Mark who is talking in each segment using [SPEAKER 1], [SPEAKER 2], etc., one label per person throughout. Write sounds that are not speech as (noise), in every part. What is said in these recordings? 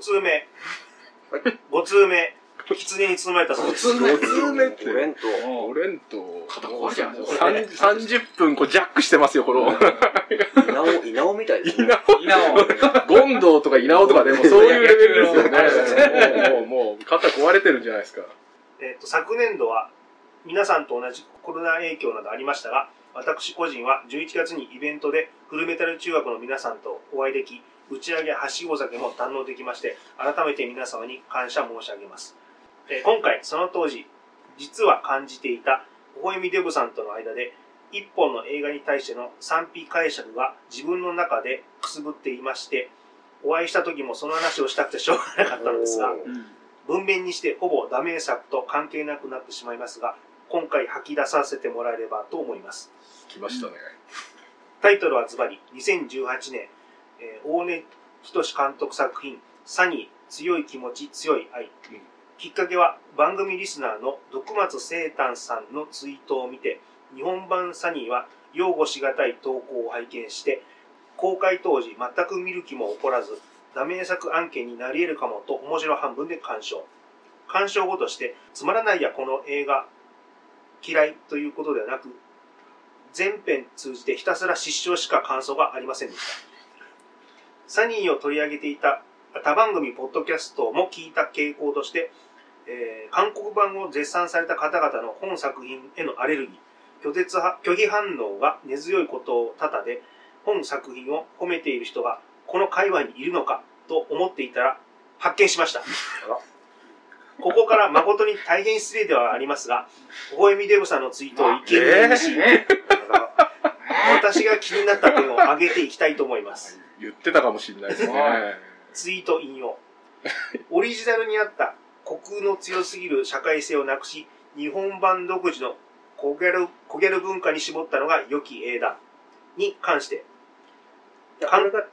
[SPEAKER 1] 通目。5通目。狐に包まれたそうです。
[SPEAKER 2] 五通目って
[SPEAKER 3] オレンと、
[SPEAKER 2] オレンと、
[SPEAKER 4] 肩壊れちゃうねこれね
[SPEAKER 2] 三十分こうジャックしてますよ、この。 (laughs)
[SPEAKER 3] 稲尾、稲尾みたいですね。
[SPEAKER 4] 稲尾。
[SPEAKER 2] ゴンドウとか稲尾とかでもそういうレベルですよね。もう、もう、もう肩壊れてるんじゃないですか。
[SPEAKER 1] えっと、昨年度は、皆さんと同じコロナ影響などありましたが、私個人は11月にイベントでフルメタル中学の皆さんとお会いでき、打ち上げはしご酒も堪能できまして、改めて皆様に感謝申し上げます。えー今回、その当時、実は感じていた、微笑みデブさんとの間で、一本の映画に対しての賛否解釈が自分の中でくすぶっていまして、お会いした時もその話をしたくてしょうがなかったのですが、文面にしてほぼダメ作と関係なくなってしまいますが、今回吐き出させてもらえればと思います。
[SPEAKER 2] 来ましたね。
[SPEAKER 1] タイトルはズバリ、2018年、えー大根仁監督作品、サニー、強い気持ち、強い愛。きっかけは番組リスナーの毒松聖丹さんのツイートを見て、日本版サニーは擁護しがたい投稿を拝見して、公開当時全く見る気も起こらず、ダメ作案件になり得るかもと面白半分で鑑賞。鑑賞後として、つまらないやこの映画、嫌いということではなく、全編通じてひたすら失笑しか感想がありませんでした。サニーを取り上げていた他番組ポッドキャストも聞いた傾向として、えー韓国版を絶賛された方々の本作品へのアレルギー、拒絶派拒否反応が根強いことを多々で、本作品を褒めている人がこの界隈にいるのかと思っていたら発見しました。 (laughs) ここから誠に大変失礼ではありますが、微笑みデブさんのツイートを意見にし、 (laughs) 私が気になった点を挙げていきたいと思います。
[SPEAKER 2] 言ってたかもしれないですね。
[SPEAKER 1] ツイート引用。オリジナルにあった虚空の強すぎる社会性をなくし、日本版独自のコギャル、コギャル文化に絞ったのが良き英断に関して、
[SPEAKER 3] いやこれが、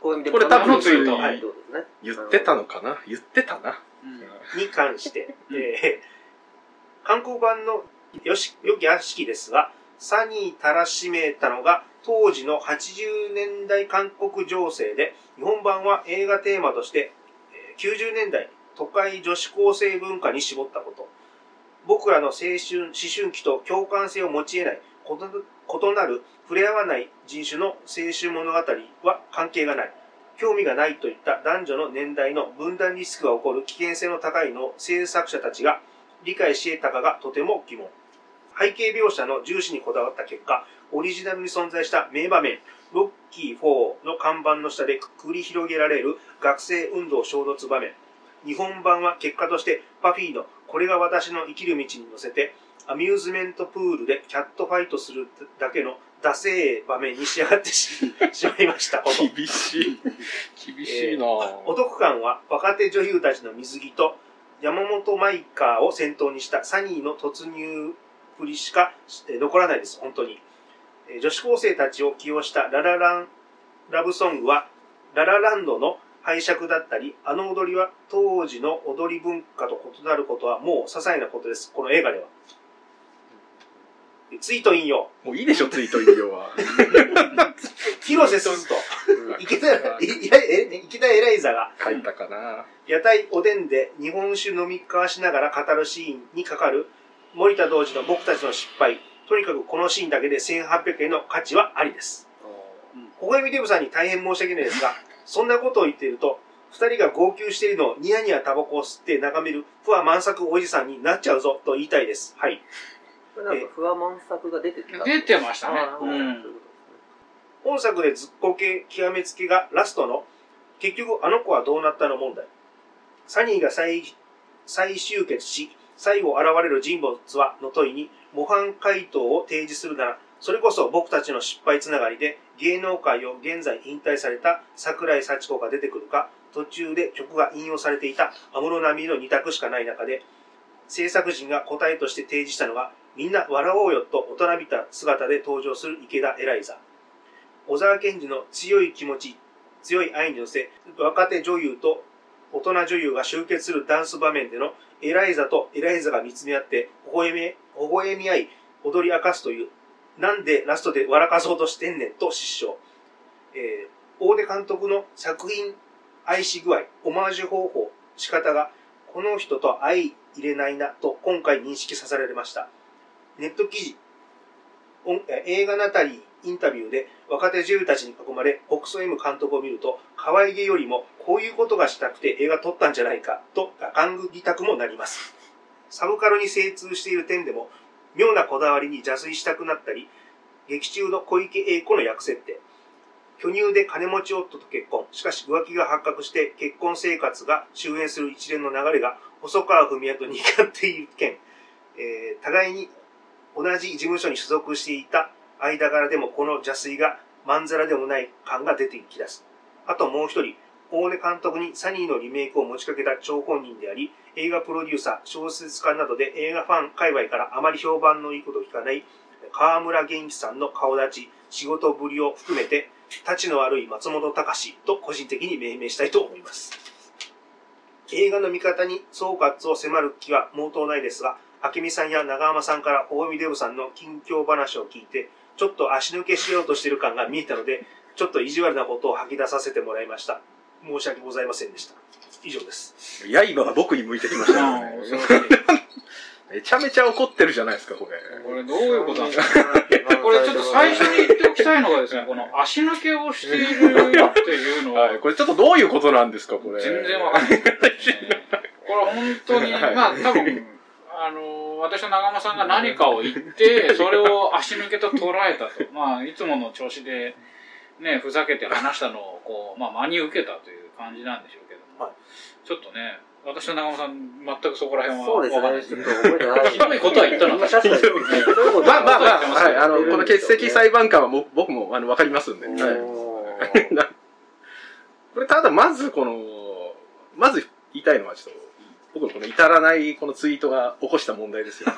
[SPEAKER 3] これ
[SPEAKER 2] これ多分
[SPEAKER 3] ツイート
[SPEAKER 2] はい
[SPEAKER 3] ってことですね。
[SPEAKER 2] 言ってたのかな言ってたな。
[SPEAKER 1] に関して、えー韓国版のよし、良き悪しきですが、サニーたらしめたのが、当時の80年代韓国情勢で、日本版は映画テーマとして、えー90年代都会女子高生文化に絞ったこと。僕らの青春、思春期と共感性を持ち得ない、異な異なる、触れ合わない人種の青春物語は関係がない。興味がないといった男女の年代の分断リスクが起こる危険性の高いのを制作者たちが理解し得たかがとても疑問。背景描写の重視にこだわった結果、オリジナルに存在した名場面、ロッキー4の看板の下で繰り広げられる学生運動衝突場面。日本版は結果としてパフィーのこれが私の生きる道に乗せて、アミューズメントプールでキャットファイトするだけのダセー場面に仕上がってししまいました。
[SPEAKER 2] 厳しい。 (laughs) 厳しいな
[SPEAKER 1] お得感は若手女優たちの水着と山本舞香を先頭にしたサニーの突入ぶりしかえー残らないです、本当に。えー女子高生たちを起用したラララン、ラブソングは、ララランドの拝借だったり、あの踊りは当時の踊り文化と異なることはもう些細なことです、この映画では。ツイート引用。
[SPEAKER 2] もういいでしょ、ツイート引用 (laughs) は。
[SPEAKER 1] 広瀬すずと、池田、いやえ池田エライザが、
[SPEAKER 2] 書いたかな。
[SPEAKER 1] 屋台おでんで日本酒飲み交わしながら語るシーンにかかる森田同士の僕たちの失敗とにかくこのシーンだけで1800円の価値はありです微笑みデブさんに大変申し訳ないですがそんなことを言っていると2人が号泣しているのをニヤニヤタバコを吸って眺める不破満作おじさんになっちゃうぞと言いたいですはい
[SPEAKER 3] これなんか、不安満作が出てきた。
[SPEAKER 4] 出てましたね
[SPEAKER 3] あ。ー
[SPEAKER 4] う
[SPEAKER 3] なる
[SPEAKER 4] ん
[SPEAKER 3] ほどそういうこ
[SPEAKER 1] 本作でずっこけ極めつけがラストの結局あの子はどうなったの問題サニーが再再集結し最後現れる人物はの問いに模範回答を提示するならそれこそ僕たちの失敗つながりで芸能界を現在引退された桜井幸子が出てくるか途中で曲が引用されていた安室奈美恵の2択しかない中で制作陣が答えとして提示したのがみんな笑おうよと大人びた姿で登場する池田エライザ小沢健二の強い気持ち、強い愛に乗せ、若手女優と大人女優が集結するダンス場面でのエライザとエライザが見つめ合って、微笑み、微笑み合い、踊り明かすという、なんでラストで笑かそうとしてんねんと失笑。えー大出監督の作品愛し具合、オマージュ方法、仕方が、この人と相入れないなと今回認識させられました。ネット記事、音え映画ナタリーインタビューで若手女優たちに囲まれ、北総 M 監督を見ると、可愛げよりもこういうことがしたくて映画撮ったんじゃないかと、勘ぐりたくもなります。サブカルに精通している点でも、妙なこだわりに邪推したくなったり、劇中の小池栄子の役設定、巨乳で金持ち夫と結婚。しかし浮気が発覚して結婚生活が終焉する一連の流れが細川文也と似合っている件。えー互いに同じ事務所に所属していた間柄でもこの邪推がまんざらでもない感が出てきだす。あともう一人、大根監督にサニーのリメイクを持ちかけた張本人であり、映画プロデューサー、小説家などで映画ファン界隈からあまり評判のいいことを聞かない河村元気さんの顔立ち、仕事ぶりを含めて、たちの悪い松本隆と個人的に命名したいと思います。映画の見方に総括を迫る気は毛頭ないですが、明美さんや長浜さんから大海デブさんの近況話を聞いて、ちょっと足抜けしようとしてる感が見えたので、ちょっと意地悪なことを吐き出させてもらいました。申し訳ございませんでした。以上
[SPEAKER 4] (laughs)
[SPEAKER 1] です。
[SPEAKER 2] 刃が僕に向いてきましたよね。めちゃめちゃ怒ってるじゃないですか、これ。
[SPEAKER 4] これどういうことなんですかこれちょっと最初に言っておきたいのがですね、この足抜けをしているっていうのは
[SPEAKER 2] はい、、これちょっとどういうことなんですか、これ。
[SPEAKER 4] 全然わかんない、ね。これ本当に、
[SPEAKER 2] はい
[SPEAKER 4] まあ多分、あの、私と長間さんが何かを言って、それを足抜けと捉えたと。まあ、いつもの調子で、ね、ふざけて話したのを、こう、まあ、真に受けたという感じなんでしょうけども、
[SPEAKER 1] はい
[SPEAKER 4] ちょっとね、私と長間さん、全くそこら辺は
[SPEAKER 3] そう
[SPEAKER 4] わ
[SPEAKER 3] で
[SPEAKER 4] かんないです
[SPEAKER 3] ね。ちょっと覚えてない。
[SPEAKER 4] (laughs) ひどいことは言ったの
[SPEAKER 3] まあ確かに。ひどい (laughs) こと
[SPEAKER 2] まあまあまあ、
[SPEAKER 4] そう
[SPEAKER 2] はい、あの、
[SPEAKER 3] そう
[SPEAKER 2] この欠席裁判官はもう僕も、あの、わかりますんで。
[SPEAKER 4] (laughs)
[SPEAKER 2] はい。
[SPEAKER 3] い。
[SPEAKER 2] なこれ、ただ、まず、この、まず言いたいのは、ちょっと、僕のこの至らない、このツイートが起こした問題ですよ。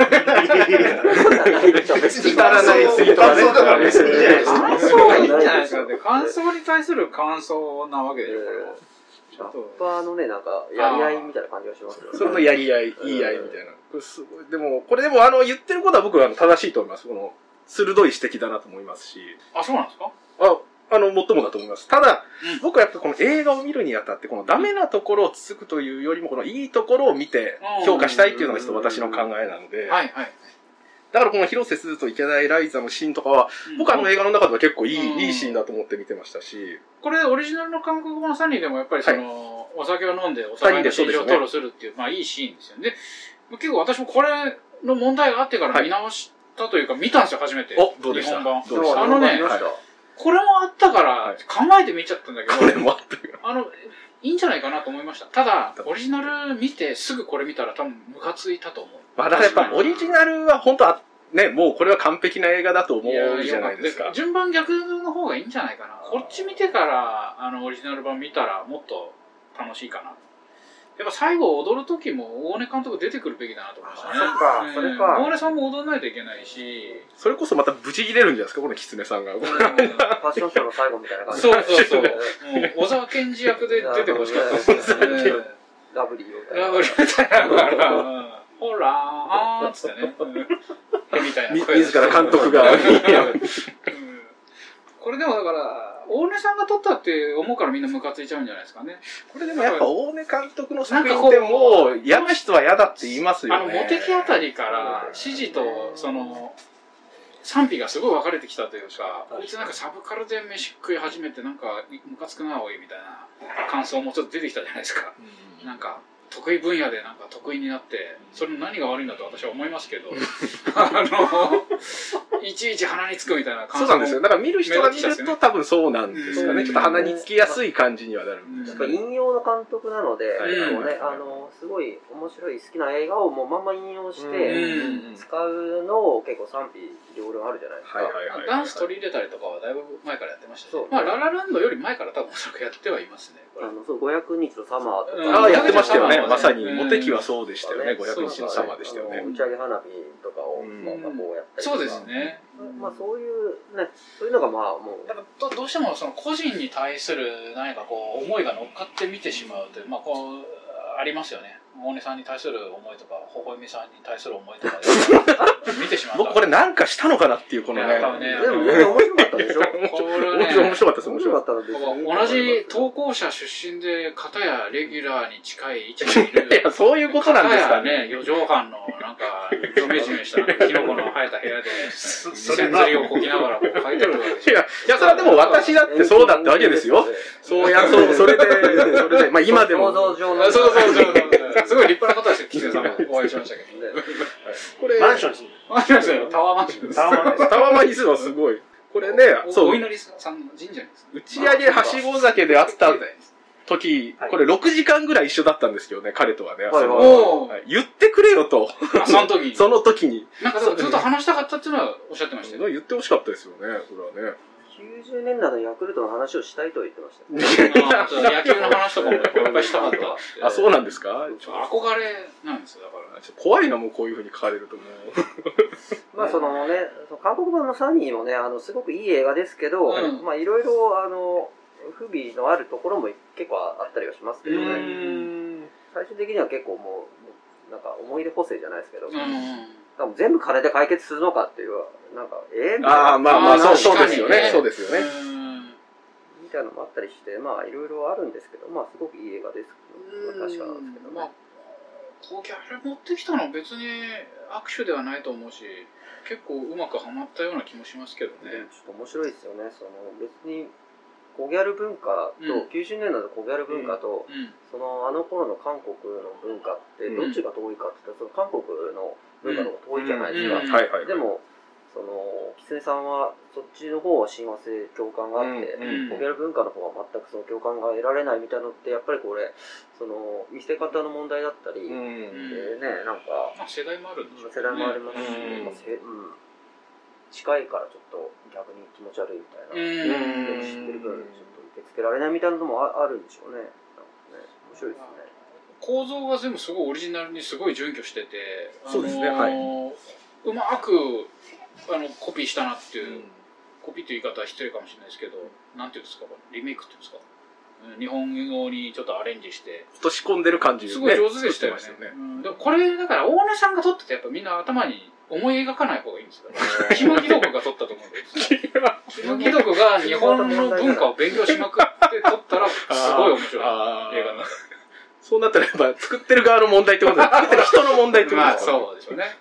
[SPEAKER 3] 至
[SPEAKER 2] らないツイート
[SPEAKER 4] (laughs)
[SPEAKER 2] はね
[SPEAKER 1] 感想とか別にいいじゃないですか
[SPEAKER 4] 感想はいいんじゃないですかって、感想に対する感想なわけでしょ、これは。
[SPEAKER 3] ラッパーのね、なんか、やり合いみたいな感じがしますよね。
[SPEAKER 2] それのやり合い、言い合いみたいな。これすごい。でも、これでも、あの、言ってることは僕はあの正しいと思います。この、鋭い指摘だなと思いますし、
[SPEAKER 4] あ、そうなんですか
[SPEAKER 2] あ、あの、最もだと思います。ただ、
[SPEAKER 4] うん
[SPEAKER 2] 僕はやっぱこの映画を見るにあたって、このダメなところをつつくというよりも、このいいところを見て評価したいっていうのがちょっと私の考えなので、
[SPEAKER 4] はいはい。
[SPEAKER 2] だからこの広瀬すずと池田エライザのシーンとかは、僕はあの映画の中では結構いい、
[SPEAKER 4] うん
[SPEAKER 2] いいシーンだと思って見てましたし、
[SPEAKER 4] これオリジナルの韓国語のサニーでもやっぱりその、お酒を飲んでお互いの心情を吐露するっていうまあいいシーンですよね。で結構私もこれの問題があってから見直したというか、見たんですよ初めて。
[SPEAKER 2] お、どうでした
[SPEAKER 4] 日本版
[SPEAKER 2] どうでした
[SPEAKER 4] あのね
[SPEAKER 2] はい
[SPEAKER 4] これもあったから
[SPEAKER 2] はい
[SPEAKER 4] 考えてみちゃったんだけ
[SPEAKER 2] これ
[SPEAKER 4] ど、
[SPEAKER 2] もあった
[SPEAKER 4] あの、いいんじゃないかなと思いました。ただ、オリジナル見てすぐこれ見たら多分ムカついたと思う。
[SPEAKER 2] まあ、だからやっぱオリジナルは本当は、ね、もうこれは完璧な映画だと思うじゃないです
[SPEAKER 4] やよ
[SPEAKER 2] か
[SPEAKER 4] かった。順番逆の方がいいんじゃないかなこっち見てからあのオリジナル版見たらもっと楽しいかなやっぱ最後踊る時も大根監督出てくるべきだなと思いましたね
[SPEAKER 3] あそっか
[SPEAKER 4] うん
[SPEAKER 3] それか
[SPEAKER 4] 大根さんも踊らないといけないし
[SPEAKER 2] それこそまたブチ切れるんじゃないですか、この狐さんが。
[SPEAKER 4] うん
[SPEAKER 3] ファッションショーの最後みたいな感じ。
[SPEAKER 4] そうそうそうもう小沢健二役で出てほしかったですね
[SPEAKER 3] ラブリーみたいな。
[SPEAKER 4] ラブルみたいなのからうんほらーっつってねうんみたいな
[SPEAKER 2] み
[SPEAKER 4] 声で
[SPEAKER 2] 自ら監督が。
[SPEAKER 4] うん (laughs) これでもだから、大根さんが撮ったって思うからみんなムカついちゃうんじゃないですかね。
[SPEAKER 2] これでもやっぱ大根監督の作品って
[SPEAKER 4] なんかこ
[SPEAKER 2] もう、嫌な人は嫌だって言います
[SPEAKER 4] あ
[SPEAKER 2] よ
[SPEAKER 4] の、
[SPEAKER 2] ね。
[SPEAKER 4] モテキあたりから、指示と、その、賛否がすごい分かれてきたというか、こいつなんかサブカルで飯食い始めてなんかムカつくな、おい、みたいな感想もちょっと出てきたじゃないですか。
[SPEAKER 2] うん
[SPEAKER 4] なんか、得意分野でなんか得意になって、それの何が悪いんだと私は思います
[SPEAKER 2] (laughs)
[SPEAKER 4] けど、あの、いちいち鼻につくみたいな感
[SPEAKER 2] そう
[SPEAKER 4] 想
[SPEAKER 2] なんですよ。だから見る人が見
[SPEAKER 4] 目立
[SPEAKER 2] る
[SPEAKER 4] つ人
[SPEAKER 2] と多分そうなんですか
[SPEAKER 4] う
[SPEAKER 2] ね。
[SPEAKER 4] ん
[SPEAKER 2] ちょっと鼻につきやすい感じにはなる。
[SPEAKER 3] やっぱ引用の監督なので、
[SPEAKER 2] はい
[SPEAKER 3] あのね、
[SPEAKER 2] はい
[SPEAKER 3] あの、すごい面白い好きな映画をもうまんま引用し
[SPEAKER 4] う
[SPEAKER 3] て、
[SPEAKER 4] ん
[SPEAKER 3] 使うのを結構賛否両論あるじゃないですか。
[SPEAKER 2] はいはいはい。
[SPEAKER 4] ダンス取り入れたりとかはだいぶ前からやってましたし、
[SPEAKER 3] そう
[SPEAKER 4] まあ、ララランドより前から多分おそらくやってはいますね、これ
[SPEAKER 3] あ。の、そう、500日のサマーと
[SPEAKER 4] うん
[SPEAKER 3] か。
[SPEAKER 2] ああ、やってましたよね。
[SPEAKER 4] うん
[SPEAKER 2] まさに、モテキはそうでしたよね。
[SPEAKER 3] そう
[SPEAKER 2] 500日の様でしたよ
[SPEAKER 3] あ
[SPEAKER 2] ね
[SPEAKER 3] の。打ち上げ花火とかを、
[SPEAKER 2] うん
[SPEAKER 3] なんかこうやったりと
[SPEAKER 4] そ
[SPEAKER 3] か。
[SPEAKER 4] うです。ね。
[SPEAKER 3] まあそういう、ね、そういうのがまあもう、
[SPEAKER 4] やっぱどどうしてもその個人に対する何かこう思いが乗っかって見てしまうという、まあこう、ありますよね。大根さんに対する思いとか、ほほえみさんに対する思いとか
[SPEAKER 2] (laughs)
[SPEAKER 4] で見てしまった。
[SPEAKER 2] 僕これなんかしたのかなっていうこの
[SPEAKER 4] い
[SPEAKER 2] ね
[SPEAKER 4] や多分ね
[SPEAKER 3] でも全然面白かったでしょ
[SPEAKER 4] こ
[SPEAKER 2] 面
[SPEAKER 4] れ
[SPEAKER 2] 白い面
[SPEAKER 4] ね、
[SPEAKER 2] 白かったです面
[SPEAKER 3] 面白
[SPEAKER 2] 白か
[SPEAKER 3] か
[SPEAKER 2] っ
[SPEAKER 3] ったのですよ
[SPEAKER 4] 同じ投稿者出身で、片やレギュラーに近い位置にい
[SPEAKER 2] たい
[SPEAKER 4] る。
[SPEAKER 2] やそういうことなんですか
[SPEAKER 4] 片
[SPEAKER 2] ね
[SPEAKER 4] やね、四畳半のなんか、ジメジメしたキノコの生えた部屋で、
[SPEAKER 1] そ
[SPEAKER 4] 自
[SPEAKER 1] そ
[SPEAKER 4] 然
[SPEAKER 1] れ
[SPEAKER 4] 釣
[SPEAKER 1] は
[SPEAKER 4] りをこきながらこう書いてるわけで
[SPEAKER 2] い
[SPEAKER 4] しょ。
[SPEAKER 2] やいやそれはでも私だってそうだってわけですよそうやそうそれでそれでまあ今でも
[SPEAKER 3] 想像上の
[SPEAKER 4] そうそうそうそう。すごい立派な方ですよ、岸田さんもお会いし
[SPEAKER 3] (laughs)
[SPEAKER 4] ましたけど。
[SPEAKER 2] これ
[SPEAKER 1] マンションに住んで
[SPEAKER 4] マンションですよ、タワーマンションで
[SPEAKER 1] る
[SPEAKER 4] す。
[SPEAKER 1] タワ
[SPEAKER 2] (laughs)
[SPEAKER 1] マンです
[SPEAKER 2] タワマンにするのすごいこれね
[SPEAKER 4] お
[SPEAKER 2] そ
[SPEAKER 4] お
[SPEAKER 2] う
[SPEAKER 4] 稲荷さんの神社ですね。
[SPEAKER 2] 打ち上げはしご酒で会った時
[SPEAKER 1] はい
[SPEAKER 2] これ6時間ぐらい一緒だったんですけどね彼とはね
[SPEAKER 3] はいはい
[SPEAKER 4] おー
[SPEAKER 2] はい言ってくれよと
[SPEAKER 4] あその時に。
[SPEAKER 2] その時に
[SPEAKER 4] なんかでもずっと話したかったっていうのはおっしゃって
[SPEAKER 2] (laughs)
[SPEAKER 4] ましたよね。
[SPEAKER 2] 言ってほしかったですよねそれはね
[SPEAKER 3] 90年代のヤクルトの話をしたいと言ってましたよ
[SPEAKER 4] あと野球の話とかもいっぱいしたかったって。
[SPEAKER 2] あそうなんですかちょ
[SPEAKER 4] 憧れなんですよ、だから。
[SPEAKER 2] っと怖いなもうこういうふうに書かれるとも
[SPEAKER 3] (laughs)
[SPEAKER 2] う
[SPEAKER 3] まあそのね、その韓国版のサニーもね、あのすごくいい映画ですけど、
[SPEAKER 4] うん
[SPEAKER 3] まあいろいろあの不備のあるところも結構あったりはしますけど
[SPEAKER 1] う
[SPEAKER 3] ね、
[SPEAKER 1] ーん
[SPEAKER 3] 最終的には結構もう、なんか思い出補正じゃないですけど、
[SPEAKER 4] うんうんうん。
[SPEAKER 3] 多分全部金で解決するのかっていう、なんか、ええみたいな
[SPEAKER 2] ああまあまあそう
[SPEAKER 4] 確
[SPEAKER 2] そうで
[SPEAKER 4] かにね
[SPEAKER 2] すよねそうですよね
[SPEAKER 4] うん
[SPEAKER 3] みたいなのもあったりして、まあいろいろあるんですけど、まあすごくいい映画ですけど、まあ確かなんですけど
[SPEAKER 4] まあ
[SPEAKER 3] ね。、
[SPEAKER 4] こうギャル持ってきたのは別に握手ではないと思うし、結構うまくはまったような気もしますけど
[SPEAKER 3] うん
[SPEAKER 4] ね。
[SPEAKER 3] ちょっと面白いですよね、その別に、小ギャル文化と、
[SPEAKER 4] うん
[SPEAKER 3] 90年代の小ギャル文化と、
[SPEAKER 4] うん。
[SPEAKER 3] そのあの頃の韓国の文化ってどっちが遠いかって言ったら、その韓国の文化の方が遠いじゃないですか、
[SPEAKER 4] うん
[SPEAKER 2] はいはい
[SPEAKER 3] でもその狐さんはそっちの方は親和性共感があって、
[SPEAKER 2] うん
[SPEAKER 4] うん
[SPEAKER 3] コギャル文化の方は全くその共感が得られないみたいなのってやっぱりこれその見せ方の問題だったり、
[SPEAKER 2] う
[SPEAKER 3] でね
[SPEAKER 2] ん
[SPEAKER 3] なんか
[SPEAKER 4] まあ世代もあるんでしょうね
[SPEAKER 3] 世代もありますし、
[SPEAKER 2] うん
[SPEAKER 3] まあせうん近いからちょっと逆に気持ち悪いみたいな、
[SPEAKER 4] うん。
[SPEAKER 3] 知ってる分ちょっと受け付けられないみたいなのもああるんでしょうねなんかね面白いですね
[SPEAKER 4] 構造が全部すごいオリジナルにすごい準拠してて
[SPEAKER 2] そうですね
[SPEAKER 4] あのー
[SPEAKER 2] は
[SPEAKER 4] うまくあのコピーしたなっていう、コピーという言い方は失礼かもしれないですけどなんていうんですかこれリメイクっていうんですかうん日本語にちょっとアレンジして
[SPEAKER 2] 落とし込んでる感じね
[SPEAKER 4] すごい上手でしたよね
[SPEAKER 2] 作ってま
[SPEAKER 4] うんでもこれだから大根さんが撮っててやっぱみんな頭に思い描かない方がいいんですよキム・ギドクが撮ったと思うん (laughs) ですよキム・ギドクが日本の文化を勉強しまくって撮ったらすごい面白い
[SPEAKER 2] あー
[SPEAKER 4] 映画になった
[SPEAKER 2] そうなったらやっぱ作ってる側の問題ってことで作ってる人の問題ってこと
[SPEAKER 4] ま
[SPEAKER 2] で
[SPEAKER 4] あ
[SPEAKER 2] すか
[SPEAKER 4] そうでしょうね。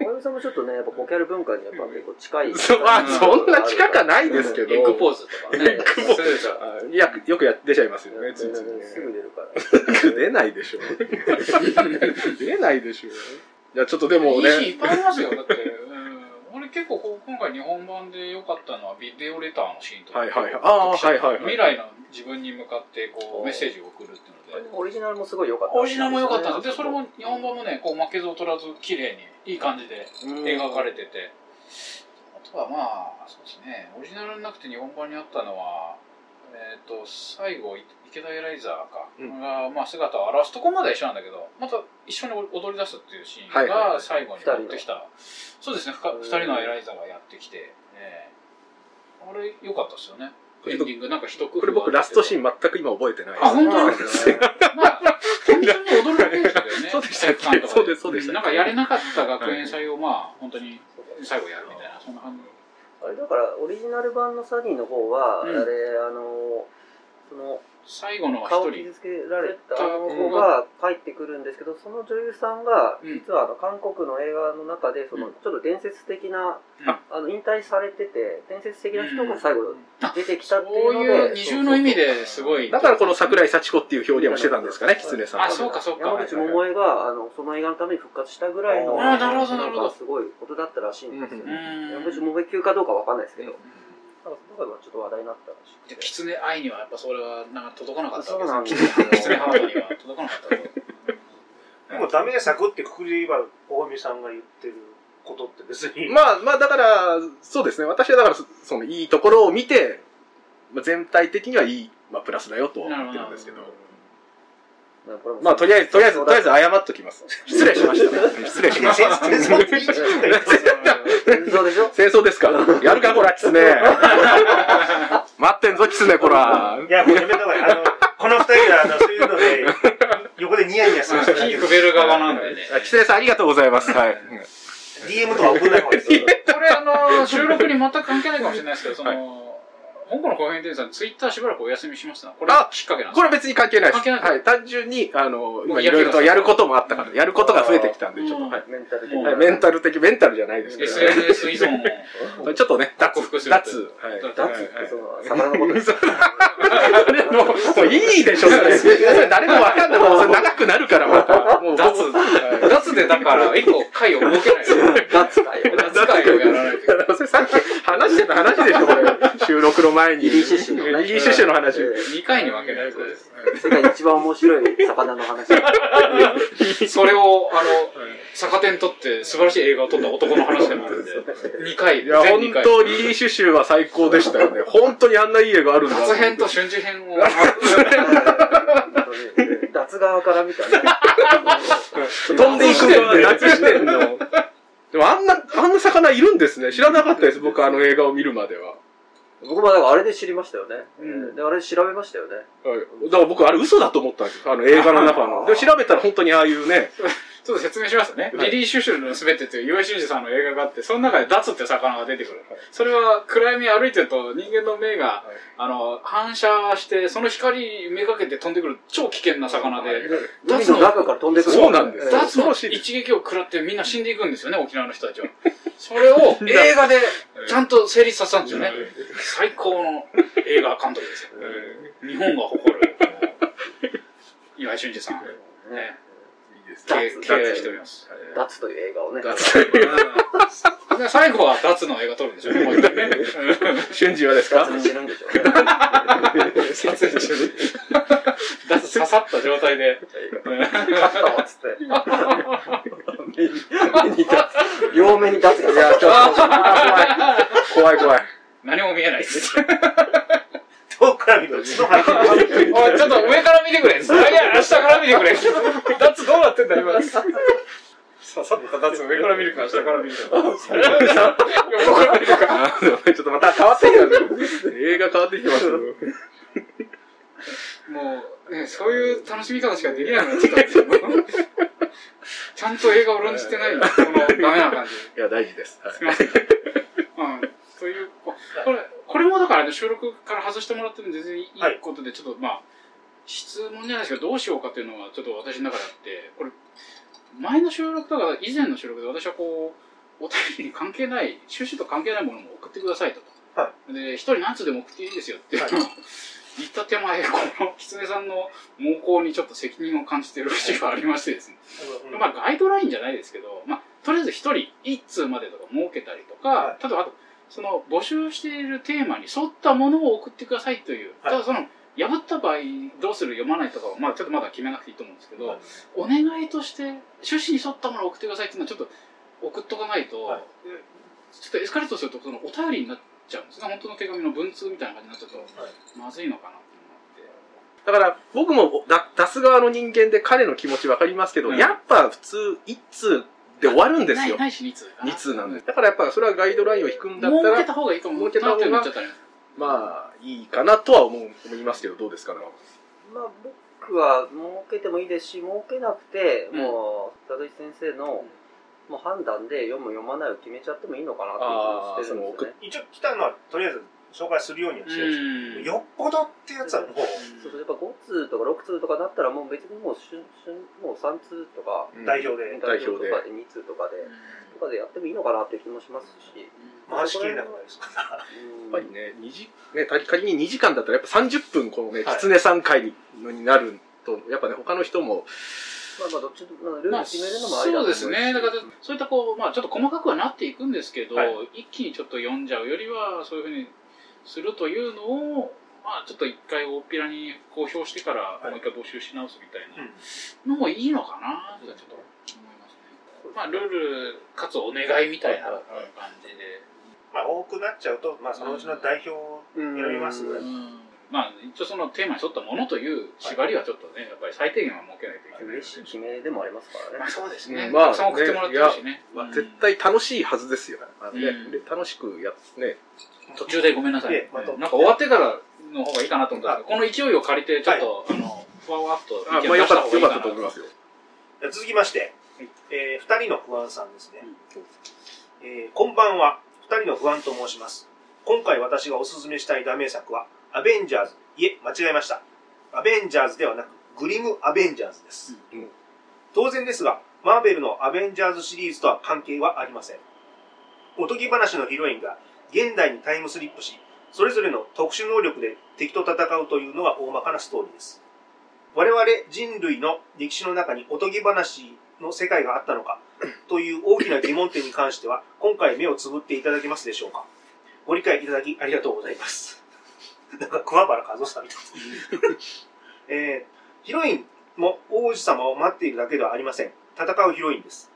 [SPEAKER 3] 小籔さんもちょっとね、やっぱコキャル文化にやっぱ結構近い。
[SPEAKER 2] そうまあそんな近かないですけど
[SPEAKER 4] エッグポーズとかね。エッグ
[SPEAKER 2] ポーズ
[SPEAKER 4] そうでしょ。
[SPEAKER 2] あーいやよくや出ちゃいますよねついついね
[SPEAKER 3] すぐ出るから。
[SPEAKER 2] 出ないでしょ出ないでしょいやちょっとでもね
[SPEAKER 4] いいシーンいっぱいありますよ。だって、うん、俺結構こう今回日本版で良かったのはビデオレターのシーンとか。
[SPEAKER 2] はいはいはいあーはいはいはい
[SPEAKER 4] 未来の自分に向かってこ
[SPEAKER 3] お
[SPEAKER 4] う
[SPEAKER 3] ー
[SPEAKER 4] メッセージを送るっていうので。
[SPEAKER 3] オリジナルもすごい良かった。
[SPEAKER 4] オリジナルも良かったんですで、それも日本版もね、こう負けず劣らず綺麗に、いい感じで描かれてて。あとはまあ、そうですね、オリジナルなくて日本版にあったのは、えっ、と、最後、い池田エライザーか、
[SPEAKER 1] うん
[SPEAKER 4] が、まあ姿を表すとこまでは一緒なんだけど、また一緒に踊り出すっていうシーン
[SPEAKER 2] はいはいは
[SPEAKER 4] が
[SPEAKER 2] い
[SPEAKER 4] 最後に持ってきた。そうですね、ふか
[SPEAKER 3] うん
[SPEAKER 4] 二人のエライザーがやってきて、ね、あれ良かったですよね。エンディング、なんか一工夫
[SPEAKER 2] これ僕ラストシー
[SPEAKER 4] ン。
[SPEAKER 2] ン全く今覚えてない。
[SPEAKER 4] あ、本当に
[SPEAKER 3] ですね。
[SPEAKER 4] (laughs) まあ、単純に踊るだけでしたけどね
[SPEAKER 2] そうでしたっけ
[SPEAKER 4] 体育館とか
[SPEAKER 2] そうですそうでしたっけ
[SPEAKER 4] なんかやれなかった学園祭をまあ、本当に最後やるみたいな、そんな感じ。
[SPEAKER 3] あれだから、オリジナル版のサニーの方は、あ
[SPEAKER 4] うん
[SPEAKER 3] れ、あの、その
[SPEAKER 4] 最後の一
[SPEAKER 3] 顔を
[SPEAKER 4] 人
[SPEAKER 3] 傷。つけられたあの子が帰ってくるんですけど、その女優さんが、
[SPEAKER 4] うん
[SPEAKER 3] 実はあの韓国の映画の中で、その
[SPEAKER 4] う
[SPEAKER 3] ちょっと伝説的な、
[SPEAKER 4] うん
[SPEAKER 3] あの引退されてて、伝説的な人が最後出てきたって
[SPEAKER 4] こう
[SPEAKER 3] いうので、
[SPEAKER 4] いう二重の意味ですごい。
[SPEAKER 2] だからこの桜井幸子っていう表現をしてたんですかね、狐さんは。
[SPEAKER 4] あそうかそうか
[SPEAKER 3] 山口百恵があのその映画のために復活したぐらいの
[SPEAKER 2] あー
[SPEAKER 4] なるほどなるほど
[SPEAKER 3] んかすごいことだったらしいんですよ、
[SPEAKER 2] う
[SPEAKER 4] うーん
[SPEAKER 3] 山口百恵級かどうかわかんないですけど、
[SPEAKER 4] うん
[SPEAKER 3] なんかその中ではちょっと話題になったらしく
[SPEAKER 4] じゃあ
[SPEAKER 3] て
[SPEAKER 4] 狐愛にはやっぱそれはなんか届かなかった
[SPEAKER 3] そうなん
[SPEAKER 4] わ
[SPEAKER 3] で
[SPEAKER 4] け
[SPEAKER 3] す
[SPEAKER 4] で
[SPEAKER 3] よ
[SPEAKER 4] すね。狐ハートには届かなかったと。
[SPEAKER 1] でもダメ作ってくくりで言えば大海さんが言ってることって別に、
[SPEAKER 2] まあまあだから、そうですね。私はだから、そそのいいところを見て、まあ、全体的にはいい、まあプラスだよとは思ってるんですけど。
[SPEAKER 3] まあこれも
[SPEAKER 2] まあとりあえず、とりあえず、とりあえず謝っときます。失礼しました。失礼しました。
[SPEAKER 1] 全然言い
[SPEAKER 4] (laughs)
[SPEAKER 1] 切んないよ
[SPEAKER 3] そうでしょ
[SPEAKER 2] 戦争 (laughs) ですかやるか、こら、 (laughs) 狐。待ってんぞ、狐、こら (laughs)
[SPEAKER 1] い。や、もうやめた方がいい。あの、この二人が、あの、そういうので、横でニヤニヤする。
[SPEAKER 4] (laughs) る側なん
[SPEAKER 3] (laughs)
[SPEAKER 1] (laughs)
[SPEAKER 4] でね。
[SPEAKER 2] あキツネさんありがとうございます。はい。
[SPEAKER 1] DM とか送んない方がいいですよ。
[SPEAKER 4] これ、あの、収録に全く関係ないかもしれないですけど、その、香港の後編店さん、ツイッターしばらくお休みしますな。これ
[SPEAKER 2] あ、
[SPEAKER 4] きっかけなんです
[SPEAKER 2] こ
[SPEAKER 4] か
[SPEAKER 2] れ別に関係ないです。
[SPEAKER 4] 関係ない
[SPEAKER 2] はい。単純に、あの、
[SPEAKER 4] も
[SPEAKER 2] 今
[SPEAKER 4] う
[SPEAKER 2] いろいろとやることもあったから、やることが増えてきたんで、
[SPEAKER 4] うん
[SPEAKER 2] ちょっと、はい。
[SPEAKER 3] メンタル的
[SPEAKER 4] もう
[SPEAKER 2] はい
[SPEAKER 3] な。
[SPEAKER 2] メンタル的、メンタルじゃないですけど、ね、
[SPEAKER 4] SNS 依存を。
[SPEAKER 2] ちょっとね、脱
[SPEAKER 4] 克服、する
[SPEAKER 2] 脱、はい。
[SPEAKER 3] 脱ってその、魚のことです。
[SPEAKER 2] それもう、もうい (laughs) いでしょ、それ。それ誰もわかんない。もうそれ長くなるから、また。もう、
[SPEAKER 4] 脱
[SPEAKER 2] はい
[SPEAKER 4] 脱でだから、一個回を設けないと。
[SPEAKER 3] 脱だよ。
[SPEAKER 4] 脱回をやらないと。
[SPEAKER 2] それさっき話してた話でしょ、これ。収録の前に。
[SPEAKER 3] リリーシュシュの
[SPEAKER 2] リリーシュシュの話。
[SPEAKER 4] 2回に分けないとです
[SPEAKER 3] 世界で一番面白い魚の話。
[SPEAKER 4] ね。それを、あの、逆手にとって素晴らしい映画を撮った男の話でもあるんで、2回、
[SPEAKER 2] いや、
[SPEAKER 4] 全
[SPEAKER 2] 本
[SPEAKER 4] 2回。
[SPEAKER 2] 当リリーシュシュは最高でしたよね。本当にあんないい絵があるんだ。
[SPEAKER 4] 雑編と瞬時編を。
[SPEAKER 3] 脱側から見たね。
[SPEAKER 2] 飛んでいくのは夏視点の。でもあんな、あんな魚いるんですね。知らなかったです、僕あの映画を見るまでは。
[SPEAKER 3] 僕もだからあれで知りましたよね。
[SPEAKER 4] うん
[SPEAKER 3] で、あれで調べましたよね。
[SPEAKER 2] はいだから僕あれ嘘だと思ったんですよ。あの映画の中の。でも調べたら本当にああいうね。
[SPEAKER 4] ちょっと説明しますね。
[SPEAKER 2] はい
[SPEAKER 4] リリー・シュシュルのすべてという岩井俊二さんの映画があって、その中でダツって魚が出てくる。それは暗闇歩いてると人間の目が、
[SPEAKER 2] い
[SPEAKER 4] あの、反射して、その光めがけて飛んでくる超危険な魚で、脱の
[SPEAKER 3] 海の中から飛んでくる。
[SPEAKER 2] そうなんです
[SPEAKER 3] ええ
[SPEAKER 4] ダツの一撃を食らってみんな死んでいくんですよね、沖縄の人たちは。それを映画でちゃんと成立させたんですよね。最高の映画監督ですよ。日本が誇る、岩井俊二さん。ね、敬
[SPEAKER 3] 脱
[SPEAKER 4] 敬愛しております。
[SPEAKER 3] 脱という映画をね。
[SPEAKER 4] で最後は脱の映画撮るんでしょ (laughs) うね、もう一回ね。
[SPEAKER 2] (laughs) 瞬時はですか
[SPEAKER 3] 脱に死ぬんでしょうね。
[SPEAKER 4] 撮影中に。脱刺さった状態で。
[SPEAKER 3] 勝ったわ、つ (laughs) って。目に脱両目に脱が。いや、ちょっと。
[SPEAKER 2] 怖い怖い。
[SPEAKER 4] 何も見えない (laughs) です。
[SPEAKER 1] 遠くから見ると角生えてる。
[SPEAKER 4] おい、ちょっと上から見てくれ。いや、下から見てくれ。ダッツどうなってんだ、今。ささったダッツ上から見るか、下から見るか。横から見るか。
[SPEAKER 2] あでもちょっとまた変わってきたね映画変わってきてますよ。
[SPEAKER 4] もう、ね、そういう楽しみ方しかできなくなっちゃったんですよ。ちゃんと映画を論じてない、このダメな感じ。
[SPEAKER 2] いや、大事です。はい
[SPEAKER 4] すいません。うん。という、ここれ、これもだからね、収録から外してもらっても全然いい
[SPEAKER 1] はい
[SPEAKER 4] ことで、ちょっとまあ、質問じゃないですけど、どうしようかっていうのはちょっと私の中であって、これ、前の収録とか以前の収録で私はこう、お便りに関係ない、収集と関係ないものも送ってくださいと。
[SPEAKER 1] は
[SPEAKER 4] で、一人何通でも送っていいですよっていうのを、
[SPEAKER 1] は
[SPEAKER 4] 言った手前、この狐さんの猛攻にちょっと責任を感じている節がありましてですね。
[SPEAKER 1] うん
[SPEAKER 4] まあ、ガイドラインじゃないですけど、まあ、とりあえず1人1通までとか設けたりとか、
[SPEAKER 1] は
[SPEAKER 4] ただあとその募集しているテーマに沿ったものを送ってくださいという、
[SPEAKER 1] はい
[SPEAKER 4] ただその破った場合どうする読まないとかは、まあ、ちょっとまだ決めなくていいと思うんですけど、
[SPEAKER 1] はい
[SPEAKER 4] お願いとして趣旨に沿ったものを送ってくださいっていうのはちょっと送っとかないと、
[SPEAKER 1] はい
[SPEAKER 4] えちょっとエスカレートするとそのお便りになっちゃうんですね本当の手紙の文通みたいな感じになっちゃうと、まずいのかなって思って。
[SPEAKER 2] だから、僕もだ出す側の人間で彼の気持ちわかりますけど、
[SPEAKER 4] うん
[SPEAKER 2] やっぱ普通、一通で終わるんです
[SPEAKER 4] ない
[SPEAKER 2] よ。
[SPEAKER 4] ないし2通か
[SPEAKER 2] 二通なんで。だからやっぱそれはガイドラインを引くんだった
[SPEAKER 4] 設け
[SPEAKER 2] ら、
[SPEAKER 4] た方がいいかも
[SPEAKER 2] 儲けた方が
[SPEAKER 4] なってなっちゃったり
[SPEAKER 2] まあ、いいかなとは思う思いますけど、どうですかね。
[SPEAKER 3] まあ、僕は儲けてもいいですし、儲けなくて、
[SPEAKER 4] うん
[SPEAKER 3] もう、佐藤先生の、もう判断で読む読まないを決めちゃってもいいのかなって
[SPEAKER 2] あ
[SPEAKER 3] いう気
[SPEAKER 2] ー
[SPEAKER 3] がしてるんですよね。
[SPEAKER 1] 一応来たのは、とりあえず紹介するようにはしてるんですけ
[SPEAKER 4] うん
[SPEAKER 1] ど、よっぽどってやつはもう、
[SPEAKER 3] そうそうやっぱ5通とか6通とかだったらもう別にもうしゅんしゅんもう3通とか
[SPEAKER 1] 代表で
[SPEAKER 2] 代表で
[SPEAKER 3] とかで2通とかでとかでやってもいいのかなっていう気もしますし、
[SPEAKER 1] 回しきれなくないですか。
[SPEAKER 3] うん
[SPEAKER 2] やっぱりね、二時ね仮仮に2時間だったら、やっぱ30分、このね、
[SPEAKER 1] はい
[SPEAKER 2] 狐さん会にのになると、やっぱね、他の人も、
[SPEAKER 3] まあまあどっちでもルール
[SPEAKER 4] まあ、
[SPEAKER 3] 決めるのもありだ
[SPEAKER 4] そう
[SPEAKER 3] と思
[SPEAKER 4] で
[SPEAKER 3] し
[SPEAKER 4] すね、だからそういったこう、まあ、ちょっと細かくはなっていくんですけど、
[SPEAKER 1] はい
[SPEAKER 4] 一気にちょっと読んじゃうよりは、そういうふうにするというのを、まあ、ちょっと一回大っぴらに公表してから、
[SPEAKER 1] い
[SPEAKER 4] もう一回募集し直すみたい
[SPEAKER 1] うん
[SPEAKER 4] なのもいいのかなとかちょっと思いますね。まあ、ルールかつお願いみたいな
[SPEAKER 3] はいは
[SPEAKER 4] 感
[SPEAKER 3] いはい
[SPEAKER 4] じで、
[SPEAKER 1] まあ、多くなっちゃうと、まあ、そのうちの代表を
[SPEAKER 3] うん
[SPEAKER 1] 選びますので、
[SPEAKER 4] うんまあ、一応そのテーマに沿ったものという縛りはちょっとね、やっぱり最低限は設けないといけないので。
[SPEAKER 3] 嬉しい決めでもありますから
[SPEAKER 4] まあ
[SPEAKER 3] ね。
[SPEAKER 4] そうですね。
[SPEAKER 2] うんまあ
[SPEAKER 4] たくさん送ってもらってるしね。
[SPEAKER 2] まあ
[SPEAKER 4] うん
[SPEAKER 2] 絶対楽しいはずですよ。あのね
[SPEAKER 4] うん
[SPEAKER 2] で楽しくやっ、ね、
[SPEAKER 4] 途中でごめんなさい、
[SPEAKER 1] ええまあ
[SPEAKER 4] なんか終わってからの方がいいかなと思ったんですけどこの勢いを借りてちょっと、あのふわわっと
[SPEAKER 2] あ
[SPEAKER 4] 意見
[SPEAKER 2] まあ、
[SPEAKER 4] を
[SPEAKER 2] よ
[SPEAKER 4] 出し
[SPEAKER 2] か
[SPEAKER 4] た
[SPEAKER 2] っ
[SPEAKER 4] 方
[SPEAKER 2] た、
[SPEAKER 4] がい
[SPEAKER 2] よかっ
[SPEAKER 4] いかな
[SPEAKER 2] たと思いますよ。
[SPEAKER 1] じゃあ続きまして
[SPEAKER 4] はい、
[SPEAKER 1] えー、二人の不安さんですね。えーこんばんは。二人の不安と申します。今回私がおすすめしたいダメ作は、アベンジャーズ。いえ、間違えました。アベンジャーズではなく、グリム・アベンジャーズです。
[SPEAKER 2] うん
[SPEAKER 1] 当然ですが、マーベルのアベンジャーズシリーズとは関係はありません。おとぎ話のヒロインが現代にタイムスリップし、それぞれの特殊能力で敵と戦うというのが大まかなストーリーです。我々人類の歴史の中におとぎ話の世界があったのか、という大きな疑問点に関しては、今回目をつぶっていただけますでしょうか。ご理解いただきありがとうございます。 (laughs) なんか桑原和夫さんみたいな。えーヒロインも王子様を待っているだけではありません。戦うヒロインです。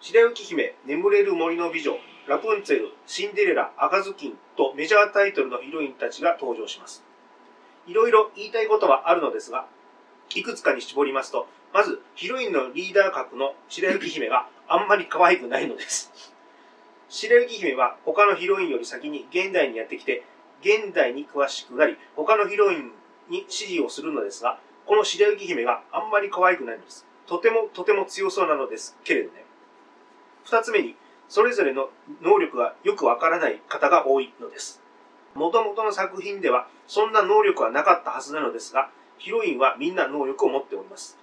[SPEAKER 1] 白雪姫、眠れる森の美女、ラプンツェル、シンデレラ、赤ずきんとメジャータイトルのヒロインたちが登場します。いろいろ言いたいことはあるのですが、いくつかに絞りますと、まず、ヒロインのリーダー格の白雪姫があんまり可愛くないのです。 (laughs) 白雪姫は他のヒロインより先に現代にやってきて、現代に詳しくなり、他のヒロインに指示をするのですが、この白雪姫があんまり可愛くないのです。とてもとても強そうなのですけれどね。二つ目に、それぞれの能力がよくわからない方が多いのです。元々の作品では、そんな能力はなかったはずなのですが、ヒロインはみんな能力を持っております。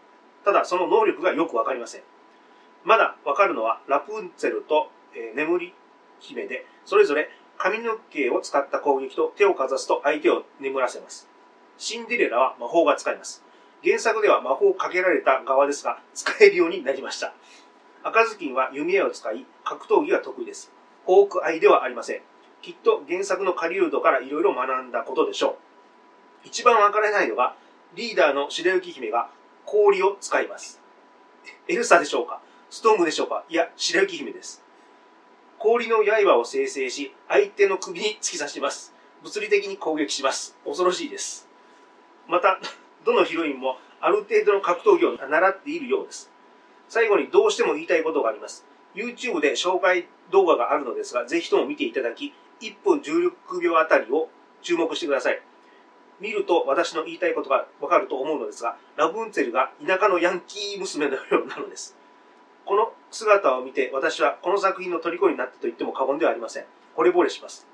[SPEAKER 1] ただ、その能力がよくわかりません。まだわかるのは、ラプンツェルと、えー眠り姫で、それぞれ髪の毛を使った攻撃と手をかざすと相手を眠らせます。シンデレラは魔法が使えます。原作では魔法をかけられた側ですが、使えるようになりました。赤ずきんは弓矢を使い、格闘技が得意です。ホークアイではありません。きっと原作の狩人からいろいろ学んだことでしょう。一番わからないのが、リーダーの白雪姫が氷を使います。エルサでしょうかストームでしょうかいや、白雪姫です。氷の刃を生成し、相手の首に突き刺します。物理的に攻撃します。恐ろしいです。また、どのヒロインもある程度の格闘技を習っているようです。最後にどうしても言いたいことがあります。YouTube で紹介動画があるのですが、ぜひとも見ていただき、1分16秒あたりを注目してください。見ると私の言いたいことがわかると思うのですが、ラブンツェルが田舎のヤンキー娘のようなのです。この姿を見て私はこの作品の虜になったと言っても過言ではありません。惚れ惚れします。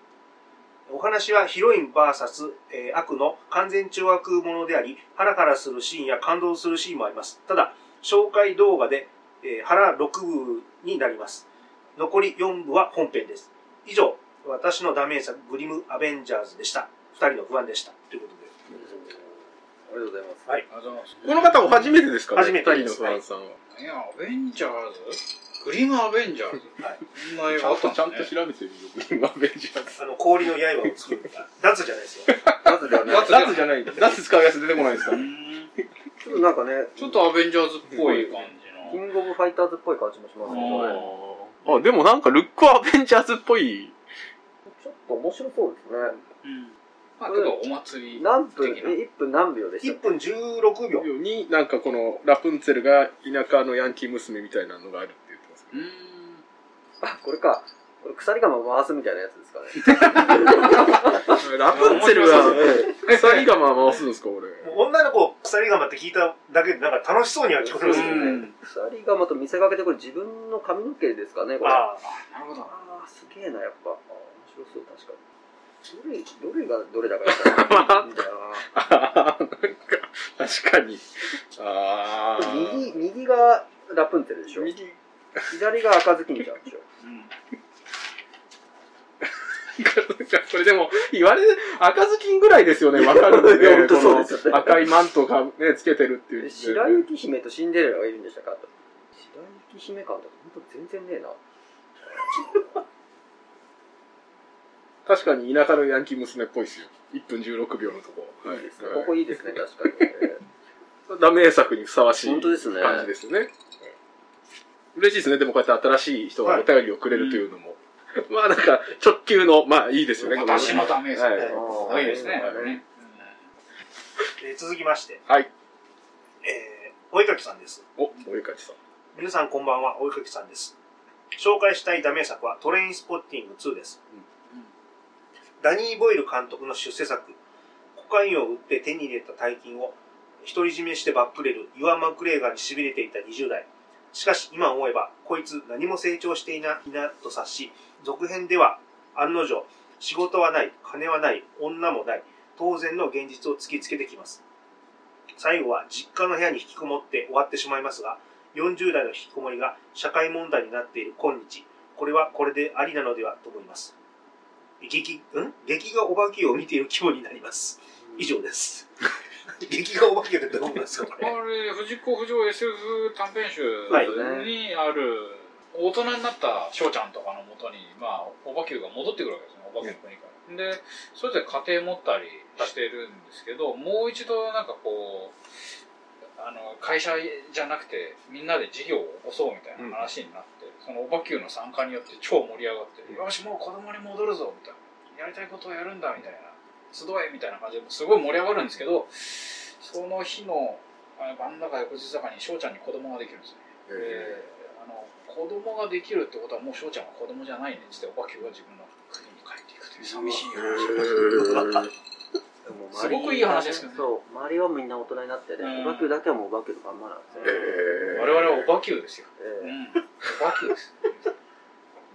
[SPEAKER 1] お話はヒロイン VS、えー悪の完全懲悪者であり、ハラハラするシーンや感動するシーンもあります。ただ、紹介動画で、えー腹6部になります。残り4部は本編です。以上、私のダメ作、グリム・アベンジャーズでした。二人の不安でした。ということで。
[SPEAKER 3] りがとうございます。
[SPEAKER 4] ありがとうございます
[SPEAKER 2] この方お初めてですかね
[SPEAKER 1] 初めて
[SPEAKER 2] 二人
[SPEAKER 1] で
[SPEAKER 2] の
[SPEAKER 1] す
[SPEAKER 2] 不安さんは、
[SPEAKER 4] いや、アベンジャーズグリムアベンジャーズ
[SPEAKER 1] はい
[SPEAKER 4] そんな映
[SPEAKER 2] ち
[SPEAKER 4] 画
[SPEAKER 2] ゃ
[SPEAKER 4] あ
[SPEAKER 2] ん
[SPEAKER 4] った
[SPEAKER 2] と
[SPEAKER 4] ん
[SPEAKER 2] ちゃん
[SPEAKER 4] で
[SPEAKER 2] と
[SPEAKER 4] すね
[SPEAKER 2] 調べてみようグリムアベンジャーズ
[SPEAKER 1] あの、氷の刃を作る。脱じゃないですよ。
[SPEAKER 3] まずではね、
[SPEAKER 4] 脱
[SPEAKER 2] 夏じゃない夏使うやつ出てこないですか
[SPEAKER 4] うん
[SPEAKER 3] ちょっとなんかね、
[SPEAKER 4] ちょっとアベンジャーズっぽい感
[SPEAKER 3] キ
[SPEAKER 4] じの
[SPEAKER 3] ングオブファイターズっぽい感じもしますね。
[SPEAKER 4] うん
[SPEAKER 2] あでもなんかルックはアベンジャーズっぽい
[SPEAKER 3] ちょっと面白そうですね。
[SPEAKER 4] うんまあけどお祭り
[SPEAKER 3] 何分、え、
[SPEAKER 4] 的な
[SPEAKER 3] 1分何秒でした
[SPEAKER 1] 1分16秒。
[SPEAKER 2] ようになんかこのラプンツェルが田舎のヤンキー娘みたいなのがあるって言ってますね
[SPEAKER 4] うん
[SPEAKER 3] あ、これか。これ鎖鎌回すみたいなやつ
[SPEAKER 4] (laughs)
[SPEAKER 3] ですかね。
[SPEAKER 2] ラプンツェル (laughs) が鎖鎌回すんですか (laughs) 俺
[SPEAKER 1] もう女の子、鎖鎌って聞いただけで、なんか楽しそうには聞こえますけど
[SPEAKER 4] う
[SPEAKER 1] ね。
[SPEAKER 4] ん
[SPEAKER 3] 鎖鎌と見せかけて、これ自分の髪の毛ですかね、これ。あ
[SPEAKER 1] ああ、
[SPEAKER 4] なるほど
[SPEAKER 3] あー、すげえな、やっぱ。あー面白そう、確かに。どれ、どれがどれだ
[SPEAKER 4] (laughs)
[SPEAKER 3] から。いいんだよな
[SPEAKER 2] あーなんか確かにああ
[SPEAKER 3] 右、右がラプンツェルでしょ。
[SPEAKER 2] 右
[SPEAKER 3] 左が赤ずきんちゃんでしょ。
[SPEAKER 4] うん
[SPEAKER 2] これでも言われ赤ずきんぐらいですよねわかるの
[SPEAKER 3] いや
[SPEAKER 2] で
[SPEAKER 3] 本当
[SPEAKER 2] こ
[SPEAKER 3] そう
[SPEAKER 2] の
[SPEAKER 3] ですよね
[SPEAKER 2] 赤いマントがねつけてるっていう
[SPEAKER 3] で
[SPEAKER 2] 時点で
[SPEAKER 3] 白雪姫とシンデレラがいるんでしたかと白雪姫感とか本当全然ねえな
[SPEAKER 2] 確かに田舎のヤンキー娘っぽいですよ1分16秒のとこはい
[SPEAKER 3] いですね、こ
[SPEAKER 2] は
[SPEAKER 3] こいいですね確かにね、
[SPEAKER 2] いダメ作にふさわしい
[SPEAKER 3] 本当ですね
[SPEAKER 2] 感じですよねはい嬉しいですねでもこうやって新しい人がお便りをくれるというのも、 (laughs) まあなんか直球のまあいいですよねこの
[SPEAKER 4] 私のダメージ
[SPEAKER 2] はい
[SPEAKER 4] 多いですね
[SPEAKER 2] はい
[SPEAKER 4] これね
[SPEAKER 1] えー続きまして、
[SPEAKER 2] はい
[SPEAKER 1] えー、お絵かきさんです。
[SPEAKER 2] おお絵かきさん
[SPEAKER 1] 皆さんこんばんは、お絵かきさんです。紹介したいダメ作は、トレインスポッティング2です。
[SPEAKER 4] うん
[SPEAKER 1] ダニー・ボイル監督の出世作、コカインを売って手に入れた大金を独り占めしてバックレる、イワン・マクレーガーに痺れていた20代、しかし今思えば、こいつ何も成長していないなと察し、続編では案の定、仕事はない、金はない、女もない、当然の現実を突きつけてきます。最後は実家の部屋に引きこもって終わってしまいますが、40代の引きこもりが社会問題になっている今日、これはこれでありなのではと思います。劇、ん劇画お化けを見ている気分になります。以上です。劇画お化けってどういうことですか、こ
[SPEAKER 4] あ
[SPEAKER 1] れ。
[SPEAKER 4] れ、藤子不二雄 SF 短編集
[SPEAKER 1] はい
[SPEAKER 4] にある、大人になった翔ちゃんとかのもとに、まあ、お化けが戻ってくるわけですね、お化けの国から。で、それぞれ家庭持ったりしてるんですけど、もう一度なんかこう、あの会社じゃなくてみんなで事業を起こそうみたいな話になって、そのおばきゅうの参加によって超盛り上がって、よしもう子供に戻るぞみたいなやりたいことをやるんだみたいな集えみたいな感じですごい盛り上がるんですけどその日のあ晩中翌日中に翔ちゃんに子供ができるんですよね、であの子供ができるってことはもう翔ちゃんは子供じゃないねっつっておばきゅうが自分の国に帰っていくという寂しい話
[SPEAKER 3] もう
[SPEAKER 4] す
[SPEAKER 3] 周り
[SPEAKER 4] ごくいい話ですけどね
[SPEAKER 3] そう周りはみんな大人になってね、
[SPEAKER 4] うん
[SPEAKER 3] おばきゅうだけはもうおばきゅうのまんまなんですよ、
[SPEAKER 4] 我々はおばきゅうですよ、う
[SPEAKER 3] ええ
[SPEAKER 4] ん、 (laughs) おばきゅうです
[SPEAKER 2] (laughs)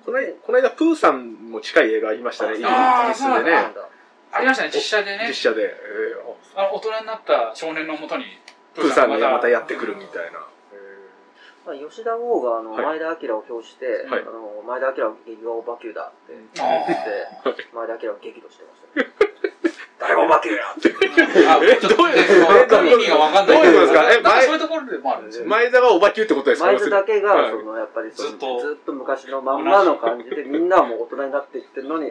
[SPEAKER 2] この間この間プーさんも近い映画ありましたね、イギリ
[SPEAKER 4] あー
[SPEAKER 2] スで
[SPEAKER 4] そうな
[SPEAKER 2] ね
[SPEAKER 3] ん、だ
[SPEAKER 4] ありましたね実写でね
[SPEAKER 2] 実写で、え
[SPEAKER 4] あの大人になった少年のもとに
[SPEAKER 2] ープーさんがまたや
[SPEAKER 4] っ
[SPEAKER 2] ってくるみたいな。
[SPEAKER 3] まあ、吉田豪があの、
[SPEAKER 2] はい
[SPEAKER 3] 前田明を表して、
[SPEAKER 2] はい
[SPEAKER 3] あの前田明は劇画おばきゅうだって
[SPEAKER 4] あ
[SPEAKER 3] 言
[SPEAKER 4] ー
[SPEAKER 3] って、前田明は激怒してました、ね、誰もおばきゅうやって
[SPEAKER 4] あちょっとね
[SPEAKER 2] どういう
[SPEAKER 4] 意味がわかんない
[SPEAKER 2] どういうことですかえ
[SPEAKER 4] なんか
[SPEAKER 2] 前
[SPEAKER 4] そういうところでもあるんですよね
[SPEAKER 2] 前田がおばきゅうってことですか
[SPEAKER 3] 前田だけが、
[SPEAKER 2] はい
[SPEAKER 3] そのやっぱりその
[SPEAKER 4] ずっと
[SPEAKER 3] ずっと昔のまんまの感じでみんなはもう大人になっていってるの
[SPEAKER 2] (laughs)
[SPEAKER 3] に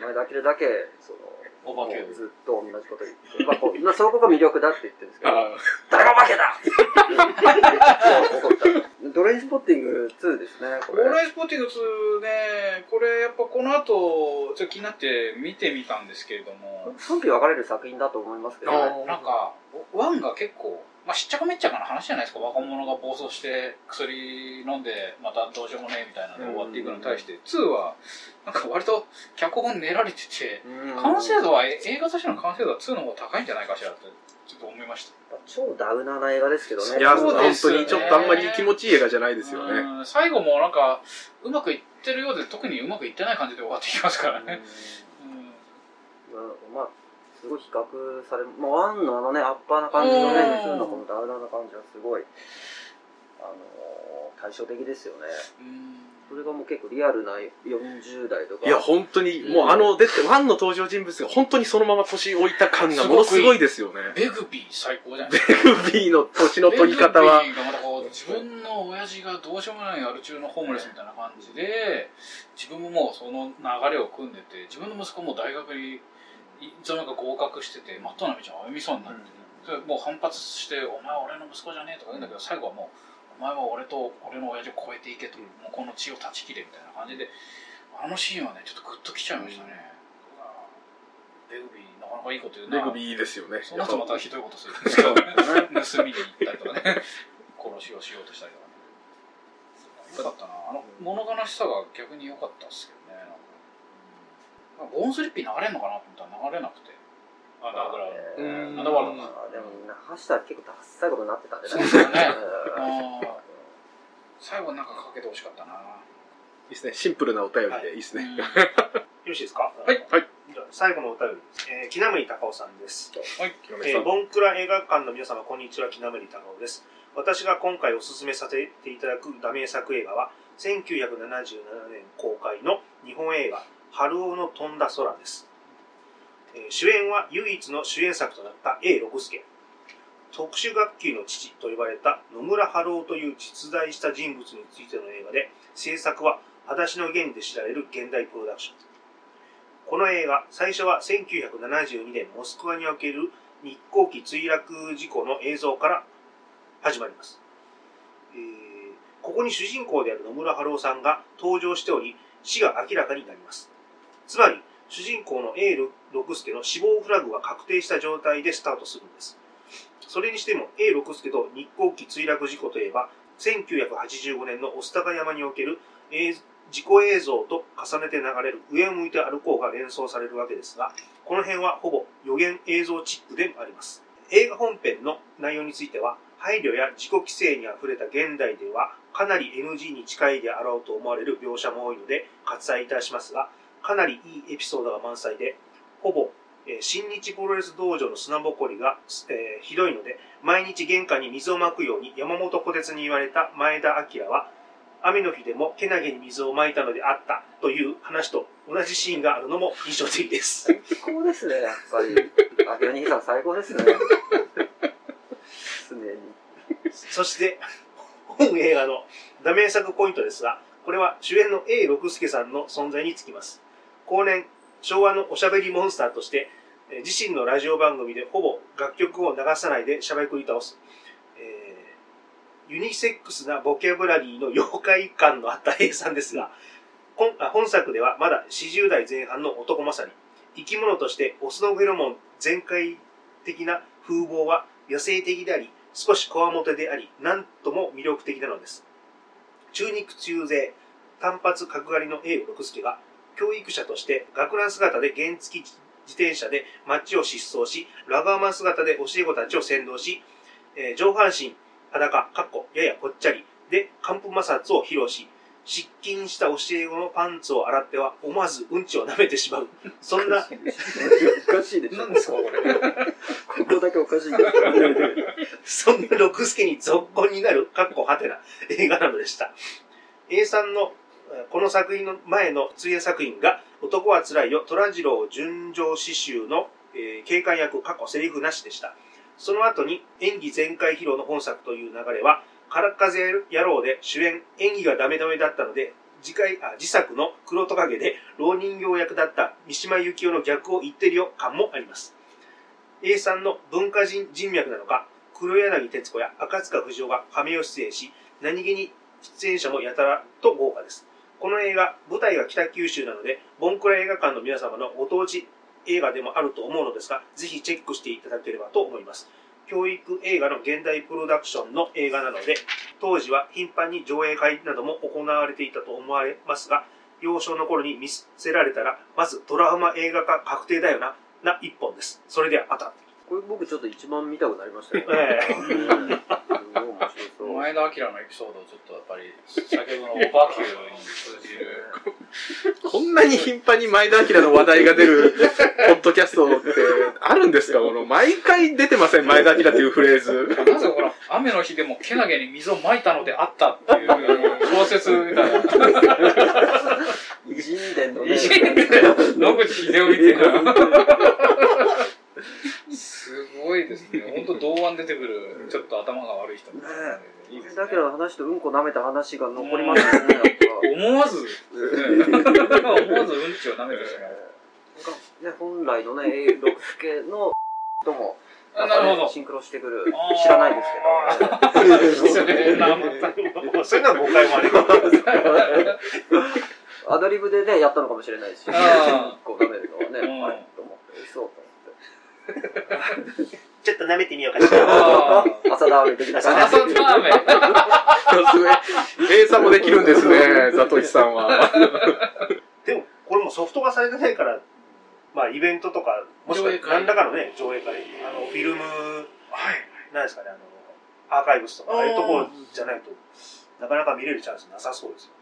[SPEAKER 3] 前田明だけその
[SPEAKER 4] おばけ
[SPEAKER 3] もうずっと同じこと言って、まあ、こうまあそこが魅力だって言ってるんですけど
[SPEAKER 2] あ
[SPEAKER 3] 誰も負けだ (laughs) 怒ったドレインスポッティング2ですねこ
[SPEAKER 4] オ
[SPEAKER 3] れ
[SPEAKER 4] ーライスポーティング2ねこれやっぱこの後ちょっと気になって見てみたんですけれども
[SPEAKER 3] 賛否分かれる作品だと思いますけど、ね、
[SPEAKER 4] なんかワンが結構まあしっちゃかめっちゃかな話じゃないですか若者が暴走して薬飲んでまたどうしようもねえみたいなので終わっていくのに対して2はなんか割と脚本練られてて
[SPEAKER 3] うん
[SPEAKER 4] 完成度はえ映画としての完成度は2の方が高いんじゃないかしらってちょっと思いました
[SPEAKER 3] 超ダウナーな映画ですけどね
[SPEAKER 2] いや、
[SPEAKER 4] そう
[SPEAKER 2] 本
[SPEAKER 4] です
[SPEAKER 2] 当
[SPEAKER 4] よね
[SPEAKER 2] にちょっとあんまり気持ちいい映画じゃないですよね。
[SPEAKER 4] うん最後もなんかうまくいってるようで特にうまくいってない感じで終わっていきますからね、うん
[SPEAKER 3] まあ、まあ、すごい比較され、まあ、ワンのあのね、アッパーな感じのね、
[SPEAKER 4] うん
[SPEAKER 3] 2のこのダウナーな感じはすごい、あのー対照的ですよね。それがもう結構リアルな40代とか。
[SPEAKER 2] いや、本当に、もうあの、出て、ワンの登場人物が本当にそのまま年老いた感がものすごいですよね。
[SPEAKER 4] ベグビー最高じゃないですか
[SPEAKER 2] ベグビーの年の取り方は
[SPEAKER 4] ベ、グビーがまたこう自分の親父がどうしようもないアル中のホームレスみたいな感じで自分ももうその流れを組んでて自分の息子も大学にいつの間にか合格しててまっとうな道を歩みそうになってそれもう反発して「お前は俺の息子じゃねえ」とか言うんだけど最後はもう「お前は俺と俺の親父を超えていけと」
[SPEAKER 2] うん
[SPEAKER 4] もうこの血を断ち切れみたいな感じであのシーンはねちょっとグッときちゃいましたね、うわベグビーなかなかいいこと言う
[SPEAKER 2] ベ
[SPEAKER 4] な
[SPEAKER 2] グビーいいですよね。
[SPEAKER 4] その後またひどいこと (laughs) するんですけど、ね、盗みに行ったりとかね殺しをしようとしたりとかねよかったなあの物悲しさが逆に良かったっすけどねなんか、うんまあボーンスリッピー流れんのかなと思ったら流れなくてあ
[SPEAKER 3] まあ
[SPEAKER 4] だから
[SPEAKER 3] ね
[SPEAKER 2] うん
[SPEAKER 4] アンダーワールド
[SPEAKER 3] ま
[SPEAKER 4] な
[SPEAKER 3] あでも、流したら結構ダッサいことになってたんで
[SPEAKER 4] そうですよね
[SPEAKER 3] うん
[SPEAKER 4] あー最後なんかかけてほしかったな。
[SPEAKER 2] いいですね。シンプルなお便りでいいですね。
[SPEAKER 1] よろしいですか
[SPEAKER 4] はい。
[SPEAKER 2] はい。
[SPEAKER 1] じゃあ最後のお便りです。えー、木南高尾さんです。
[SPEAKER 2] 清
[SPEAKER 1] え
[SPEAKER 2] 水さ
[SPEAKER 1] ー、
[SPEAKER 2] ん
[SPEAKER 1] ボンクラ映画館の皆様、こんにちは、木南高尾です。私が今回お勧めさせていただくダメ作映画は、1977年公開の日本映画、春尾の飛んだ空です。えー主演は唯一の主演作となった A 六輔。特殊学級の父と呼ばれた野村春夫という実在した人物についての映画で、制作は裸足の弦で知られる現代プロダクション。この映画、最初は1972年モスクワにおける日航機墜落事故の映像から始まります、えーここに主人公である野村春夫さんが登場しており死が明らかになりますつまり主人公の A 六輔の死亡フラグが確定した状態でスタートするんですそれにしても A 六輔と日航機墜落事故といえば1985年の御巣鷹山における映事故映像と重ねて流れる上を向いて歩こうが連想されるわけですがこの辺はほぼ予言映像チックでもあります。映画本編の内容については、配慮や自己規制にあふれた現代ではかなり NG に近いであろうと思われる描写も多いので割愛いたしますがかなりいいエピソードが満載でほぼ、えー新日プロレス道場の砂ぼこりが、えーひどいので毎日玄関に水をまくように山本小鉄に言われた前田明は雨の日でもけなげに水をまいたのであったという話と同じシーンがあるのも印象的です。
[SPEAKER 3] 最高ですね、やっぱり。あきら兄さん最高ですね。常に。
[SPEAKER 1] そして、本映画のダメ作ポイントですが、これは主演の A 六輔さんの存在につきます。後年、昭和のおしゃべりモンスターとして、えー自身のラジオ番組でほぼ楽曲を流さないでしゃべくり倒す、えーユニセックスなボキャブラリーの妖怪感のあった A さんですが、こんあ本作ではまだ40代前半の男勝り、生き物としてオスのフェロモン全開的な風貌は野生的であり、少しこわもてであり、なんとも魅力的なのです。中肉中背、単発角刈りの A 六輔が、教育者として学ラン姿で原付自転車で街を疾走し、ラガーマン姿で教え子たちを先導し、えー上半身裸、かっこややぽっちゃりで寒風摩擦を披露し、失禁した教え子のパンツを洗っては思わずうんちを舐めてしまう。そんな
[SPEAKER 3] おかしいでしょ。
[SPEAKER 5] (laughs) 何ですかこれ。
[SPEAKER 3] ここだけおかしいです。
[SPEAKER 1] そんな六助に続婚になる、かっこはてな映画なのでした。A さんのえーこの作品の前の通夜作品が、男はつらいよ、虎次郎純情詩集の、えー警官役、過去セリフなしでした。その後に演技全開披露の本作という流れは、空っ風野郎で主演、演技がダメダメだったので、次回、あ、自作の黒トカゲで、老人形役だった三島由紀夫の逆を言ってるよ感もあります。A さんの文化人人脈なのか、黒柳徹子や赤塚不二夫が亀を出演し、何気に出演者もやたらと豪華です。この映画、舞台が北九州なので、ボンクラ映画館の皆様のご当地映画でもあると思うのですが、ぜひチェックしていただければと思います。教育映画の現代プロダクションの映画なので、当時は頻繁に上映会なども行われていたと思われますが、幼少の頃に見せられたら、まずドラマ映画化確定だよな、な一本です。それではまた。
[SPEAKER 3] これ僕ちょっと一番見たくなりましたね。
[SPEAKER 1] ええ
[SPEAKER 3] うんすごい面白そう。
[SPEAKER 5] 前田明のエピソードをちょっとやっぱり、先ほどのオバキューに通じ
[SPEAKER 4] (laughs)
[SPEAKER 5] る。
[SPEAKER 2] こんなに頻繁に前田明の話題が出るポッドキャストってあるんですかこの毎回出てません、前田明っていうフレーズ。 (laughs)
[SPEAKER 4] なぜほら、雨の日でもけなげに水をまいたのであったっていう小説みたいな。
[SPEAKER 3] 偉人伝
[SPEAKER 4] (laughs)
[SPEAKER 3] のね。
[SPEAKER 4] 石井野口秀夫みたいな。すごいですね。本当同腕出てくる、ちょっと頭が悪い人みたいなね。いいですね
[SPEAKER 3] だけど話とうんこ舐めた話が残りますよね、やっぱ。
[SPEAKER 4] 思わず、ね思わずうんちを舐めてしまう。
[SPEAKER 3] なんかね、本来のね、A6 系のとも、
[SPEAKER 4] あなるほど
[SPEAKER 3] シンクロしてくる。知らないですけど。
[SPEAKER 4] 失礼なもったい
[SPEAKER 1] それなら誤解もあります。
[SPEAKER 3] アドリブでね、やったのかもしれないし、
[SPEAKER 4] あ
[SPEAKER 3] こう舐めるのはね、
[SPEAKER 4] うん
[SPEAKER 3] あれと思って、そうと
[SPEAKER 1] ちょっと舐めてみようかしら。
[SPEAKER 3] 思
[SPEAKER 4] あ
[SPEAKER 3] って。浅田アメ的な感
[SPEAKER 4] 朝
[SPEAKER 3] じ
[SPEAKER 4] ラーメン。
[SPEAKER 2] すごい。A さんもできるんですね、ザトシさんは。
[SPEAKER 1] でも、これもソフト化されてないから、まあ、イベントとか、もしくは
[SPEAKER 4] 上映会
[SPEAKER 1] 何らかのね、上映会、あの、フィルム、なんですかね、あの、アーカイブスとか、ああいうところじゃないと、なかなか見れるチャンスなさそうですよ。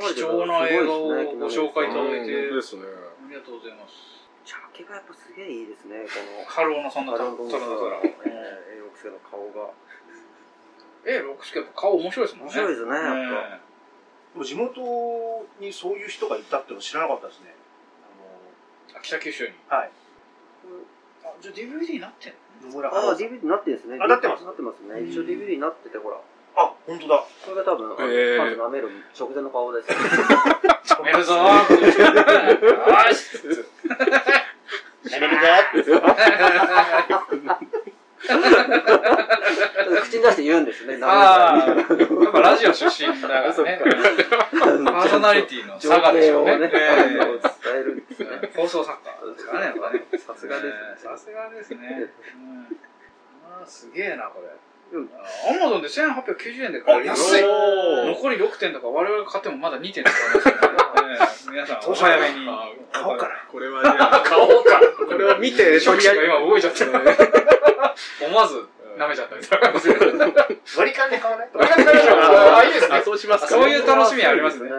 [SPEAKER 4] 貴重な映画をご紹介いただいて、
[SPEAKER 2] うんですね。
[SPEAKER 4] ありがとうございます。
[SPEAKER 3] ジャケがやっぱすげえいいですね、こ
[SPEAKER 4] ハローのそんな
[SPEAKER 3] の。
[SPEAKER 4] トラ
[SPEAKER 3] の
[SPEAKER 4] トラトラ。
[SPEAKER 3] A6 系の顔が。
[SPEAKER 4] え、ロックスケート顔面白いですも
[SPEAKER 3] 面
[SPEAKER 4] んね。
[SPEAKER 3] 白いですね、やっぱ。
[SPEAKER 4] ね
[SPEAKER 1] でも、地元にそういう人がいたっての知らなかったですね。
[SPEAKER 4] あ北九州に。
[SPEAKER 1] はい。
[SPEAKER 4] あ、じゃあ DVD になってんの
[SPEAKER 1] あの、野村
[SPEAKER 3] ああ、
[SPEAKER 1] 花さん
[SPEAKER 3] DVD になってるんですね。
[SPEAKER 1] あなってます
[SPEAKER 3] なってますね。一応 DVD になってて、ほら。
[SPEAKER 1] あ、本当だ。
[SPEAKER 3] これが多分、あの
[SPEAKER 2] えー
[SPEAKER 3] パンツ舐める直前の顔です。
[SPEAKER 4] 止めるぞーよし
[SPEAKER 1] 舐めるか
[SPEAKER 3] (laughs) 口に出して言うんですね、
[SPEAKER 4] あ
[SPEAKER 3] 舐める
[SPEAKER 4] あ、やっぱラジオ出身
[SPEAKER 3] (laughs)
[SPEAKER 4] だからね。パーソナリティの
[SPEAKER 3] 情
[SPEAKER 4] 佐賀でし
[SPEAKER 3] 景
[SPEAKER 4] ょ
[SPEAKER 3] を
[SPEAKER 4] うね。
[SPEAKER 3] ね、
[SPEAKER 4] ええ
[SPEAKER 3] あの伝えるんですね。
[SPEAKER 4] 放送作家ですからね、やっぱね。
[SPEAKER 3] さすがですね
[SPEAKER 4] さすがですね。うんあーすげえな、これ。
[SPEAKER 3] うん
[SPEAKER 4] アマゾンで1890円で買えるよ
[SPEAKER 1] あ安い
[SPEAKER 4] 残り6点とか、我々が買ってもまだ2点とかありますからね (laughs) ええ皆さん、お早めに。
[SPEAKER 1] 買おうかな。
[SPEAKER 2] これはじゃあ、
[SPEAKER 4] 買おうか
[SPEAKER 2] (laughs) これを見て、
[SPEAKER 4] ショックが今動いちゃった
[SPEAKER 2] ね
[SPEAKER 4] (laughs) 思わず、
[SPEAKER 6] 舐めちゃったりするかもしれない。
[SPEAKER 1] 割り勘で買わない
[SPEAKER 6] わかんないでしょあ、いいですね
[SPEAKER 2] あ、。そうしますか。
[SPEAKER 4] そういう楽しみありますね。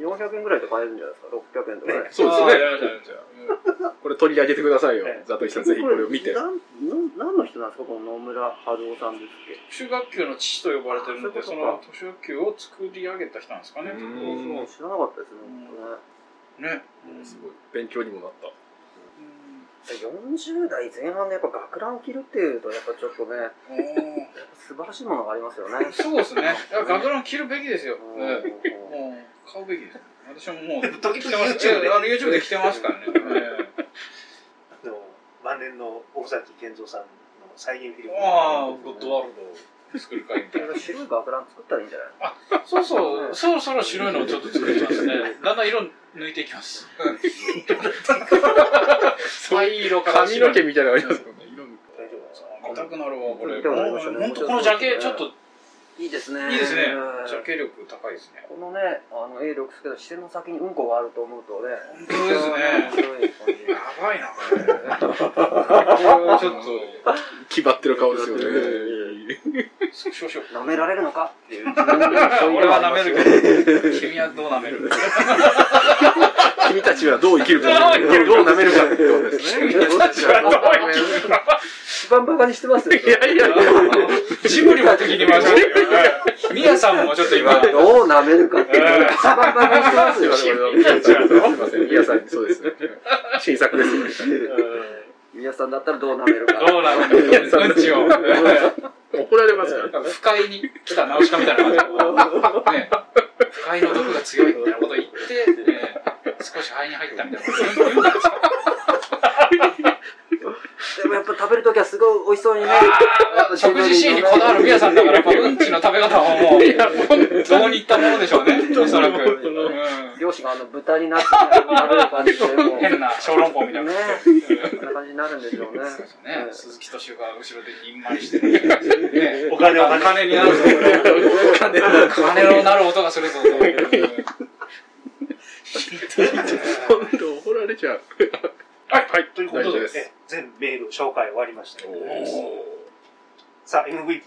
[SPEAKER 3] 400円ぐらいで買えるんじゃないですか600円とかね
[SPEAKER 2] そうです
[SPEAKER 4] あー
[SPEAKER 2] ね。
[SPEAKER 4] やりましたやりました
[SPEAKER 2] これ取り上げてくださいよ
[SPEAKER 1] え。
[SPEAKER 2] ザトシさん、ぜひこれを見て。
[SPEAKER 3] なんなん何の人なんですかこの野村春夫さんですっけ
[SPEAKER 4] 中学級の父と呼ばれてるので、
[SPEAKER 3] あそ
[SPEAKER 4] そう
[SPEAKER 3] いう
[SPEAKER 4] の
[SPEAKER 3] こ
[SPEAKER 4] 図書級を作り上げた人なんですかね。
[SPEAKER 2] う
[SPEAKER 4] ね。
[SPEAKER 2] ん
[SPEAKER 3] そう知らなかったですね
[SPEAKER 2] すごい。勉強にもなった。
[SPEAKER 3] 本当ね40代前半でやっぱ学ラン着るっていうとやっぱちょっとねやっ
[SPEAKER 4] うん
[SPEAKER 3] ぱ
[SPEAKER 4] お
[SPEAKER 3] 素晴らしいものがありますよね
[SPEAKER 4] ーそうですね。だから学ラン着るべきですよ。
[SPEAKER 3] うん
[SPEAKER 4] うんもう買うべきです。私ももう
[SPEAKER 1] 時
[SPEAKER 4] 着てま
[SPEAKER 1] 々
[SPEAKER 4] す。
[SPEAKER 1] YouTube で
[SPEAKER 4] あの YouTube で着てますからね。え
[SPEAKER 1] あの晩年の大崎健三さんの再現フィル
[SPEAKER 4] え
[SPEAKER 1] ム
[SPEAKER 4] ああ、ゴッドワールドを作る会みたいな。
[SPEAKER 3] 白い学ラン作ったらいいんじゃない
[SPEAKER 4] そうそう、そろそろ白いのをちょっと作りますね。 (laughs) だんだん色抜いていきます。灰色から
[SPEAKER 2] 髪
[SPEAKER 4] 白
[SPEAKER 2] の
[SPEAKER 4] い
[SPEAKER 2] 毛みたいなのあり (laughs) ますもんね。色に
[SPEAKER 1] 大丈夫なんですか
[SPEAKER 4] 見たくなるわ、これ。
[SPEAKER 3] 見たくなりましたね
[SPEAKER 4] 本当このジャケ、ちょっと、
[SPEAKER 3] いいですね
[SPEAKER 4] いいですね
[SPEAKER 3] うん
[SPEAKER 4] ジャケ力高いですね。
[SPEAKER 3] このねあの A6 ですけど視線の先にうんこがあると思うとね
[SPEAKER 4] 本当です
[SPEAKER 3] 面
[SPEAKER 4] ね。
[SPEAKER 3] 白い感じ
[SPEAKER 4] やばいな、これ。これはちょっと、
[SPEAKER 2] 気張ってる顔ですよね。
[SPEAKER 3] 気張って
[SPEAKER 4] スクショしよう。
[SPEAKER 3] 舐められるのかっていう
[SPEAKER 4] 俺は舐めるけど、君はどう舐める
[SPEAKER 2] 君たちはどう生きるか。
[SPEAKER 4] ど
[SPEAKER 2] ど
[SPEAKER 4] う生きる
[SPEAKER 2] う舐めるかってことですね。
[SPEAKER 3] 一番バカにしてますよ
[SPEAKER 2] いやいやいや。
[SPEAKER 4] ジブリも敵に回 (laughs) しますよ。ミヤさんもちょっと今、
[SPEAKER 3] どう舐めるかっていうのが一番バカにしてますよ
[SPEAKER 2] すいません。皆さん、そうですね。新作ですよね。
[SPEAKER 3] 皆さんだったらどう舐めるか
[SPEAKER 4] どうなるのうんちを。
[SPEAKER 2] 怒られますから。
[SPEAKER 4] 不快に来たナウシカみたい (laughs) な感じ。ね、不快の毒が強いみたいなこと言って、ね、少し肺に入ったみたいなこと言うんだよ
[SPEAKER 3] でもやっぱ食べるときはすごい美味しそうにね
[SPEAKER 4] 食事シーンにこだわるミヤさんだから、やっぱうんちの食べ方はもう、どうにいったものでしょうね、おそらく。うん
[SPEAKER 3] 漁師があの豚になって食べる感じでもう
[SPEAKER 4] 変な小籠包みたいな
[SPEAKER 3] ね
[SPEAKER 4] こ
[SPEAKER 3] こん
[SPEAKER 4] と。
[SPEAKER 3] な感じになるんでしょうね
[SPEAKER 4] そうですよね、鈴木敏夫が後ろでにんまりしてる、 (laughs) ね、
[SPEAKER 1] お金お金
[SPEAKER 4] 金になるぞ金のなる音がするぞ (laughs) と
[SPEAKER 2] 本当怒られちゃう。はい、はい、
[SPEAKER 1] ということで
[SPEAKER 2] 大丈夫
[SPEAKER 1] え全メール紹介終わりました
[SPEAKER 2] お
[SPEAKER 1] さあ MVP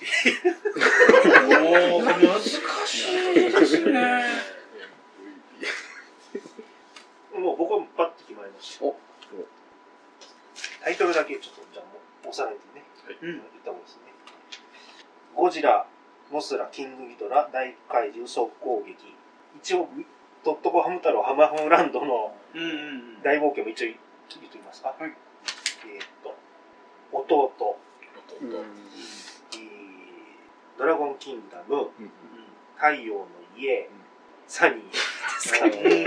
[SPEAKER 4] おー難しいですね
[SPEAKER 1] もう僕はパッと決まりました
[SPEAKER 3] おお
[SPEAKER 1] タイトルだけちょっとじゃあもうおさらいでね、
[SPEAKER 4] うん
[SPEAKER 1] 言った方がいいですねゴジラモスラキングギドラ大怪獣総攻撃一応ドットコハム太郎ハマフンランドの
[SPEAKER 4] うんうんうん
[SPEAKER 1] 大冒険も一応言っておきますか、
[SPEAKER 4] は
[SPEAKER 1] えー
[SPEAKER 4] い
[SPEAKER 1] っと弟、えードラゴンキングダム太陽の家、サニーですかね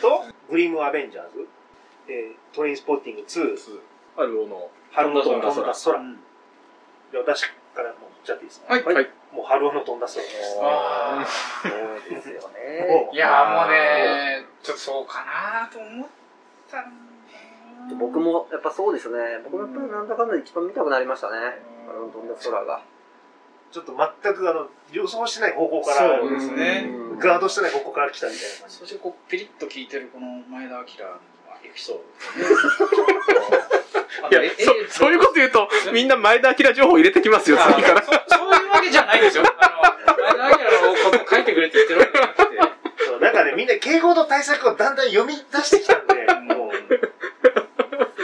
[SPEAKER 1] と、グリムアベンジャーズ、えートレインスポーティング2、
[SPEAKER 2] あるおの。
[SPEAKER 1] ハロの飛んだ
[SPEAKER 2] 飛んだ
[SPEAKER 1] 空。で私からもう言っちゃっていいですか、
[SPEAKER 4] はい
[SPEAKER 2] はい。
[SPEAKER 1] もうハロの飛んだ空です。
[SPEAKER 4] あ
[SPEAKER 3] そうですよね
[SPEAKER 1] も
[SPEAKER 4] ー
[SPEAKER 1] う
[SPEAKER 4] いやーもうねちょっとそうかなと思ったんだよな
[SPEAKER 3] 僕もやっぱそうですね僕もやっぱりなんだかんだ一番見たくなりましたねあの飛んだ空が
[SPEAKER 1] ちょっと全くあの予想してない方向から、
[SPEAKER 4] そうですね
[SPEAKER 3] うん
[SPEAKER 1] ガードしてない方向から来たみたいな感じ
[SPEAKER 4] そ。してこうピリッと聞いてるこの前田明のエピソー
[SPEAKER 2] い
[SPEAKER 4] ドあの
[SPEAKER 2] や
[SPEAKER 4] ええ、
[SPEAKER 2] そ、そういうこと言うと、みんな前田明情報入れてきますよ、
[SPEAKER 4] あ
[SPEAKER 2] 次から。
[SPEAKER 4] そそういうわけじゃないですよ。あの、前田明のこと書いてくれって言ってるわけじゃなくて。
[SPEAKER 1] そうなんかね、みんな敬語の対策をだんだん読み出してきたんで、もう、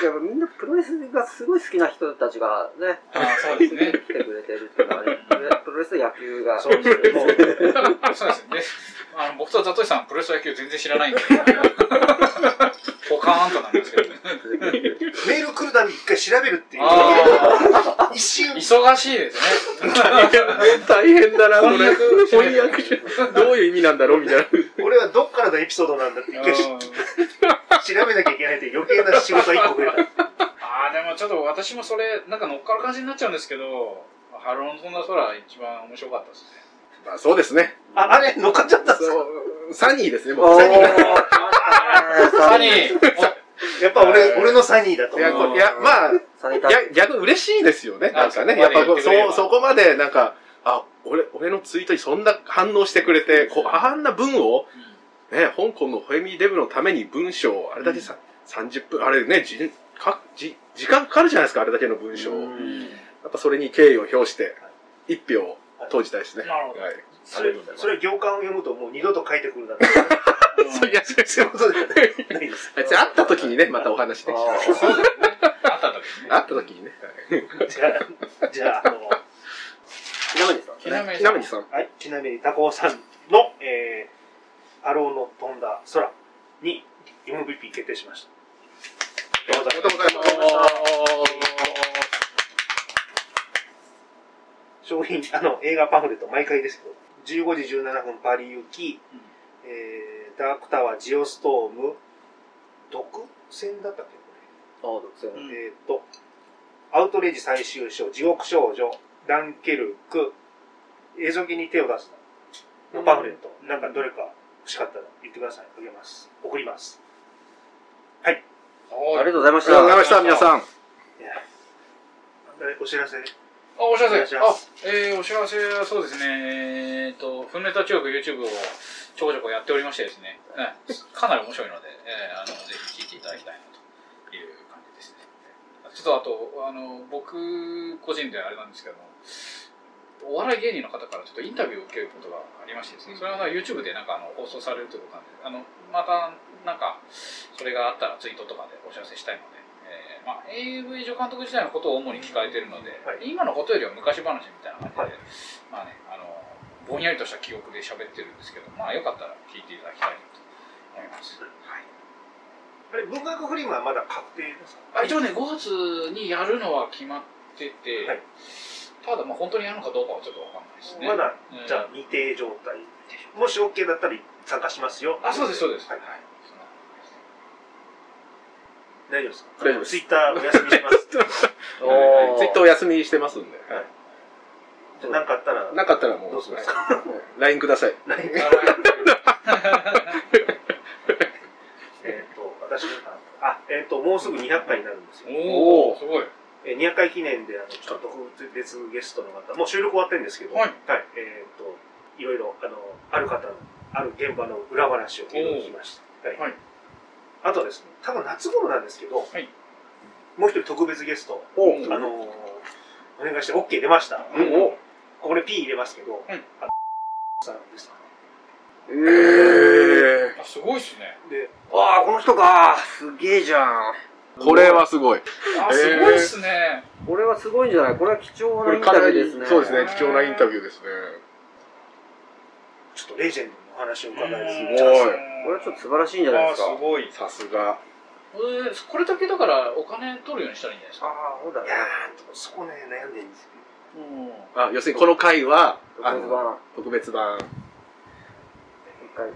[SPEAKER 3] やっぱみんなプロレスがすごい好きな人たちがね、
[SPEAKER 4] ああ、そうです
[SPEAKER 3] 来
[SPEAKER 4] ね。
[SPEAKER 3] てくれてるっていうのはね、プロレスと野球が。
[SPEAKER 1] そうですねもう
[SPEAKER 4] そうですね。であの僕とザトシさん、プロレス野球全然知らないんで。ポカーンとなんですけどね。
[SPEAKER 1] メール来るたびに一回調べるっていう、
[SPEAKER 4] あ
[SPEAKER 1] 一 (laughs)
[SPEAKER 4] あ、
[SPEAKER 1] 瞬、
[SPEAKER 4] 忙しいですね。
[SPEAKER 2] 大変だな、そ
[SPEAKER 4] 翻
[SPEAKER 2] れ
[SPEAKER 4] 訳。
[SPEAKER 2] 翻訳者どういう意味なんだろうみたいな。
[SPEAKER 1] 俺はどっからのエピソードなんだって一回し調べなきゃいけないって余計な仕事は一個増えた。
[SPEAKER 2] (laughs)
[SPEAKER 4] ああ、でもちょっと私もそれ、なんか乗っかる感じになっちゃうんですけど、ハローのそんな空、一番面白かったですね。
[SPEAKER 2] まあ、そうですね。
[SPEAKER 1] あ、あれ乗っかっちゃったんですか
[SPEAKER 2] そう、サニーですね、
[SPEAKER 3] おー
[SPEAKER 2] 僕。サニーが。
[SPEAKER 4] サ
[SPEAKER 3] サ
[SPEAKER 4] ニ
[SPEAKER 3] ニー
[SPEAKER 4] ー、
[SPEAKER 1] やっぱ俺、
[SPEAKER 2] えー
[SPEAKER 1] 俺のサニーだと
[SPEAKER 2] い
[SPEAKER 1] 思
[SPEAKER 2] や、
[SPEAKER 1] う。
[SPEAKER 2] こいやまあ、
[SPEAKER 3] サニータ
[SPEAKER 2] い
[SPEAKER 3] イ
[SPEAKER 2] や
[SPEAKER 3] ム
[SPEAKER 2] 逆に嬉しいですよね。
[SPEAKER 4] あ
[SPEAKER 2] なんかね、
[SPEAKER 4] そ
[SPEAKER 2] や
[SPEAKER 4] こま
[SPEAKER 2] っ
[SPEAKER 4] で
[SPEAKER 2] ぱこう
[SPEAKER 4] 言ってくれれば
[SPEAKER 2] そうそこまでなんか、あ、俺俺のツイートにそんな反応してくれて、こうあんな文を、ね、香港のホエミデブのために文章をあれだけさ、30分あれね、じかじ時間かかるじゃないですかあれだけの文章。やっっぱそれに敬意を表して、一票を投じたいですね。
[SPEAKER 4] なるほど
[SPEAKER 2] はい。
[SPEAKER 1] それそれ行間を読むともう二度と書いてくるなって
[SPEAKER 2] (laughs) そういや、そういうことで。
[SPEAKER 1] ないです。
[SPEAKER 2] あいつ会った時にね、またお話でき
[SPEAKER 3] あ
[SPEAKER 2] ます。
[SPEAKER 5] あった時にね。
[SPEAKER 2] 会った時にね。
[SPEAKER 1] じゃあ、じゃあ、あの、
[SPEAKER 3] ちなみにさ
[SPEAKER 4] ちなみに
[SPEAKER 2] ちなみにさん。
[SPEAKER 1] はい、ちなみに高尾さんの、えー、アローの飛んだ空に MVP 決定しました。ありがとうございます
[SPEAKER 2] とうござい
[SPEAKER 1] 商品、あの、映画パンフレット、毎回ですけど、15時17分パリ行き、
[SPEAKER 4] うん
[SPEAKER 1] えー、ダークタワー、ジオストーム、毒戦だったっけこ
[SPEAKER 3] ああ、独占
[SPEAKER 1] れ、
[SPEAKER 4] うん
[SPEAKER 1] えーっと、アウトレイジ最終章、地獄少女、ダンケルク、映像機に手を出すなのパンフレット、
[SPEAKER 4] うん
[SPEAKER 1] なんかどれか欲しかったら言ってください。あげます。送ります。はい。
[SPEAKER 3] ありがとう
[SPEAKER 4] あ
[SPEAKER 3] ございまし。
[SPEAKER 2] ありがとうございましたた、皆さん。
[SPEAKER 1] いやお知らせ、
[SPEAKER 4] お知ら
[SPEAKER 1] お願いし
[SPEAKER 4] せあ
[SPEAKER 1] ま、
[SPEAKER 4] えー、お知らせはそうですねえー、とフンネタ中国 YouTube をちょこちょこやっておりましてですね、えーかなり面白いので、えーあのぜひ聴いていただきたいなという感じですねちょっとあとあの僕個人であれなんですけどもお笑い芸人の方からちょっとインタビューを受けることがありましてですね、それは YouTube でなんかあの放送されるということなんで、あのまたなんか、それがあったらツイートとかでお知らせしたいので、えーまあ、AV 助監督時代のことを主に聞かれているので、
[SPEAKER 1] はい
[SPEAKER 4] 今のことよりは昔話みたいな感じで、
[SPEAKER 1] はい
[SPEAKER 4] まあね、あのぼんやりとした記憶で喋ってるんですけど、まあ、よかったら聞いていただきたいなと思います。はい
[SPEAKER 1] あれ、文学フリマはまだ確定ですか
[SPEAKER 4] あ一応ね、5月にやるのは決まってて、
[SPEAKER 1] はい
[SPEAKER 4] ただ、まあ、本当にやるのかどうかはちょっとわかんないですね。
[SPEAKER 1] まだ、
[SPEAKER 4] うん
[SPEAKER 1] じゃあ未定状態。もし OK だったら参加しますよ。
[SPEAKER 4] あ、そうです、そうです。
[SPEAKER 1] はい
[SPEAKER 4] はい
[SPEAKER 1] 大丈夫ですか
[SPEAKER 2] 大丈夫です
[SPEAKER 1] ツイッターお休みします。
[SPEAKER 3] おー
[SPEAKER 2] ツイッターお休みにしてますんで。
[SPEAKER 1] じゃあ何かあったら、
[SPEAKER 2] なかったらもう、
[SPEAKER 1] どうするんですか
[SPEAKER 2] はい LINE ください。
[SPEAKER 1] えっ、と、私、あ、えっ、と、もうすぐ200回になるんですよ。
[SPEAKER 4] お
[SPEAKER 2] お
[SPEAKER 4] お
[SPEAKER 2] ー
[SPEAKER 4] すごい。
[SPEAKER 1] えー200回記念で、あの、ちょっと特別ゲストの方、もう収録終わってるんですけど、
[SPEAKER 4] はい
[SPEAKER 1] えっ、と、いろいろ、あの、ある方の、ある現場の裏話をいろいろ聞きました。はい。
[SPEAKER 4] はい
[SPEAKER 1] あとですね、多分夏頃なんですけど、
[SPEAKER 4] い
[SPEAKER 1] もう一人特別ゲスト、
[SPEAKER 2] お
[SPEAKER 1] あのーお願いして OK 出ました。
[SPEAKER 2] お
[SPEAKER 1] ここで P 入れますけど、
[SPEAKER 4] ん
[SPEAKER 1] あのさんです。
[SPEAKER 2] え
[SPEAKER 4] あすごいっすね。
[SPEAKER 1] で、
[SPEAKER 3] ああ、この人か。すげえじゃん。
[SPEAKER 2] ーこれはすごい。
[SPEAKER 4] あ、すごいっすね。
[SPEAKER 3] これはすごいんじゃないこれは貴重
[SPEAKER 2] こ
[SPEAKER 3] なイ
[SPEAKER 2] れ
[SPEAKER 3] ン
[SPEAKER 2] か
[SPEAKER 3] タビ
[SPEAKER 2] な
[SPEAKER 3] ュー
[SPEAKER 2] り
[SPEAKER 3] ですね。
[SPEAKER 2] そうですね、貴重なインタビューですね。
[SPEAKER 1] ちょっとレジェンドのお話を伺える
[SPEAKER 2] すごい
[SPEAKER 3] これはちょっと素晴らしいんじゃないですか。
[SPEAKER 4] あ、すごい。
[SPEAKER 2] さすが。
[SPEAKER 4] これこれだけだからお金取るようにしたらいいんじゃないです
[SPEAKER 3] あ
[SPEAKER 4] か。
[SPEAKER 3] あ、そうだ
[SPEAKER 1] い
[SPEAKER 3] ね
[SPEAKER 1] や。ー、そこね、悩んでるんですよ。
[SPEAKER 4] う
[SPEAKER 2] あ、要するにこの回は、あ
[SPEAKER 3] 特別
[SPEAKER 2] の
[SPEAKER 3] 版。
[SPEAKER 2] 特別
[SPEAKER 3] 一
[SPEAKER 2] 版。
[SPEAKER 3] 回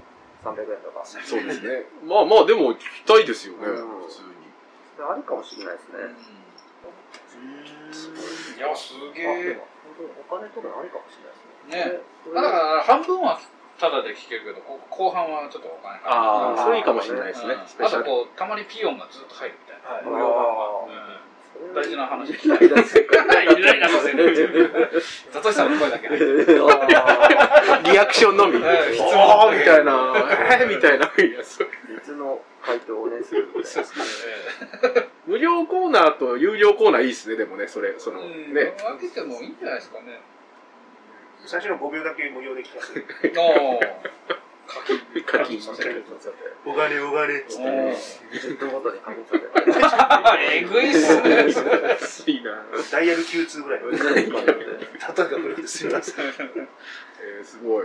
[SPEAKER 3] 300円とか。
[SPEAKER 2] そうですね。まあまあ、でも聞きたいですよね、
[SPEAKER 3] うん
[SPEAKER 2] 普通に。
[SPEAKER 3] それあるかもしれないですね。
[SPEAKER 4] ん。うんいや、すげ
[SPEAKER 3] あで
[SPEAKER 4] え。
[SPEAKER 3] も本当にお金とかあるかもしれないですね。
[SPEAKER 4] ね
[SPEAKER 3] これ
[SPEAKER 4] だから半分はタダで聞けるけど、こ後半はちょっとお金
[SPEAKER 2] あ
[SPEAKER 4] か
[SPEAKER 2] あ、そ
[SPEAKER 4] か
[SPEAKER 2] れいいかもしれないですね
[SPEAKER 4] う。ん
[SPEAKER 2] スペシャ
[SPEAKER 4] あ
[SPEAKER 2] ル。
[SPEAKER 4] とこう、たまにピヨンがずっと入るみたいな。
[SPEAKER 1] はい。
[SPEAKER 3] あ
[SPEAKER 4] うん大事な話
[SPEAKER 3] いらないだぜ
[SPEAKER 4] いらないだぜザトシさんの声だけ入る。
[SPEAKER 3] あ
[SPEAKER 2] リアクションのみ。
[SPEAKER 4] はい
[SPEAKER 2] あーみたいな。えーみたいな。いやそう
[SPEAKER 3] ー別の回答をね、するみたいな。
[SPEAKER 2] 無料コーナーと有料コーナーいいですね、でもね、それ、その、
[SPEAKER 4] うん。
[SPEAKER 2] ね。
[SPEAKER 4] 分けてもいいんじゃないですかね。
[SPEAKER 1] 最初の5秒だけ無料で聞かせる。
[SPEAKER 4] おー
[SPEAKER 2] 課金
[SPEAKER 4] そうそう
[SPEAKER 1] お金、お金。
[SPEAKER 4] おー。
[SPEAKER 3] 10分ごとに加減させて。
[SPEAKER 4] えぐいっすね。
[SPEAKER 2] (laughs) 安いな。
[SPEAKER 1] ダイヤル Q2 ぐらいの。例え
[SPEAKER 3] 10分ごとに
[SPEAKER 1] が古くてすみません。
[SPEAKER 2] えーすごい。
[SPEAKER 4] あ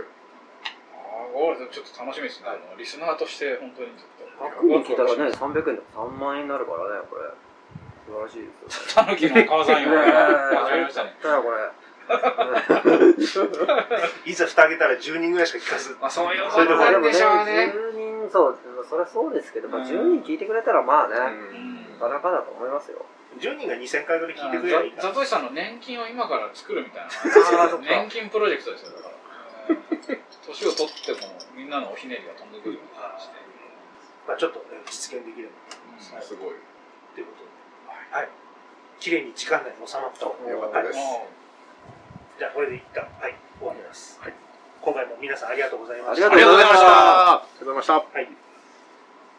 [SPEAKER 4] ーゴールドちょっと楽しみですね。あのリスナーとして本当にちょっと。
[SPEAKER 3] 100人来たらね、300円とか3万円になるからね、これ。素晴らしいですよね。
[SPEAKER 4] たぬきの川さ (laughs) んよ。始めましたね。
[SPEAKER 3] ただこれ。
[SPEAKER 1] いざ蓋開けたら10人ぐらいしか聞かず。
[SPEAKER 4] まあそういうこ
[SPEAKER 1] それで
[SPEAKER 4] と
[SPEAKER 1] も
[SPEAKER 4] な
[SPEAKER 1] ね
[SPEAKER 4] んでしょうね。
[SPEAKER 3] 10人、そう、そりゃそうですけど、まあ、10人聞いてくれたら、まあね、なかなかだと思いますよ。
[SPEAKER 1] 10人が2000回ぐらい聞いてくれればいい
[SPEAKER 4] ザザ
[SPEAKER 1] か
[SPEAKER 4] トシさんの年金を今から作るみたいな
[SPEAKER 3] あーそっか
[SPEAKER 4] 年金プロジェクトですよだからうん年を取ってもみんなのおひねりが飛んでくるような感じで
[SPEAKER 1] まあちょっとね実現できれば
[SPEAKER 2] うんすごい。
[SPEAKER 1] ということで。はい。綺麗に時間内に収まった。
[SPEAKER 2] よかったです。
[SPEAKER 1] じゃあこれで一旦、はい、終わります。今回も皆さんありがとうございました。
[SPEAKER 3] ありが
[SPEAKER 2] ありがとうございました。ありがとうございました。
[SPEAKER 1] はい。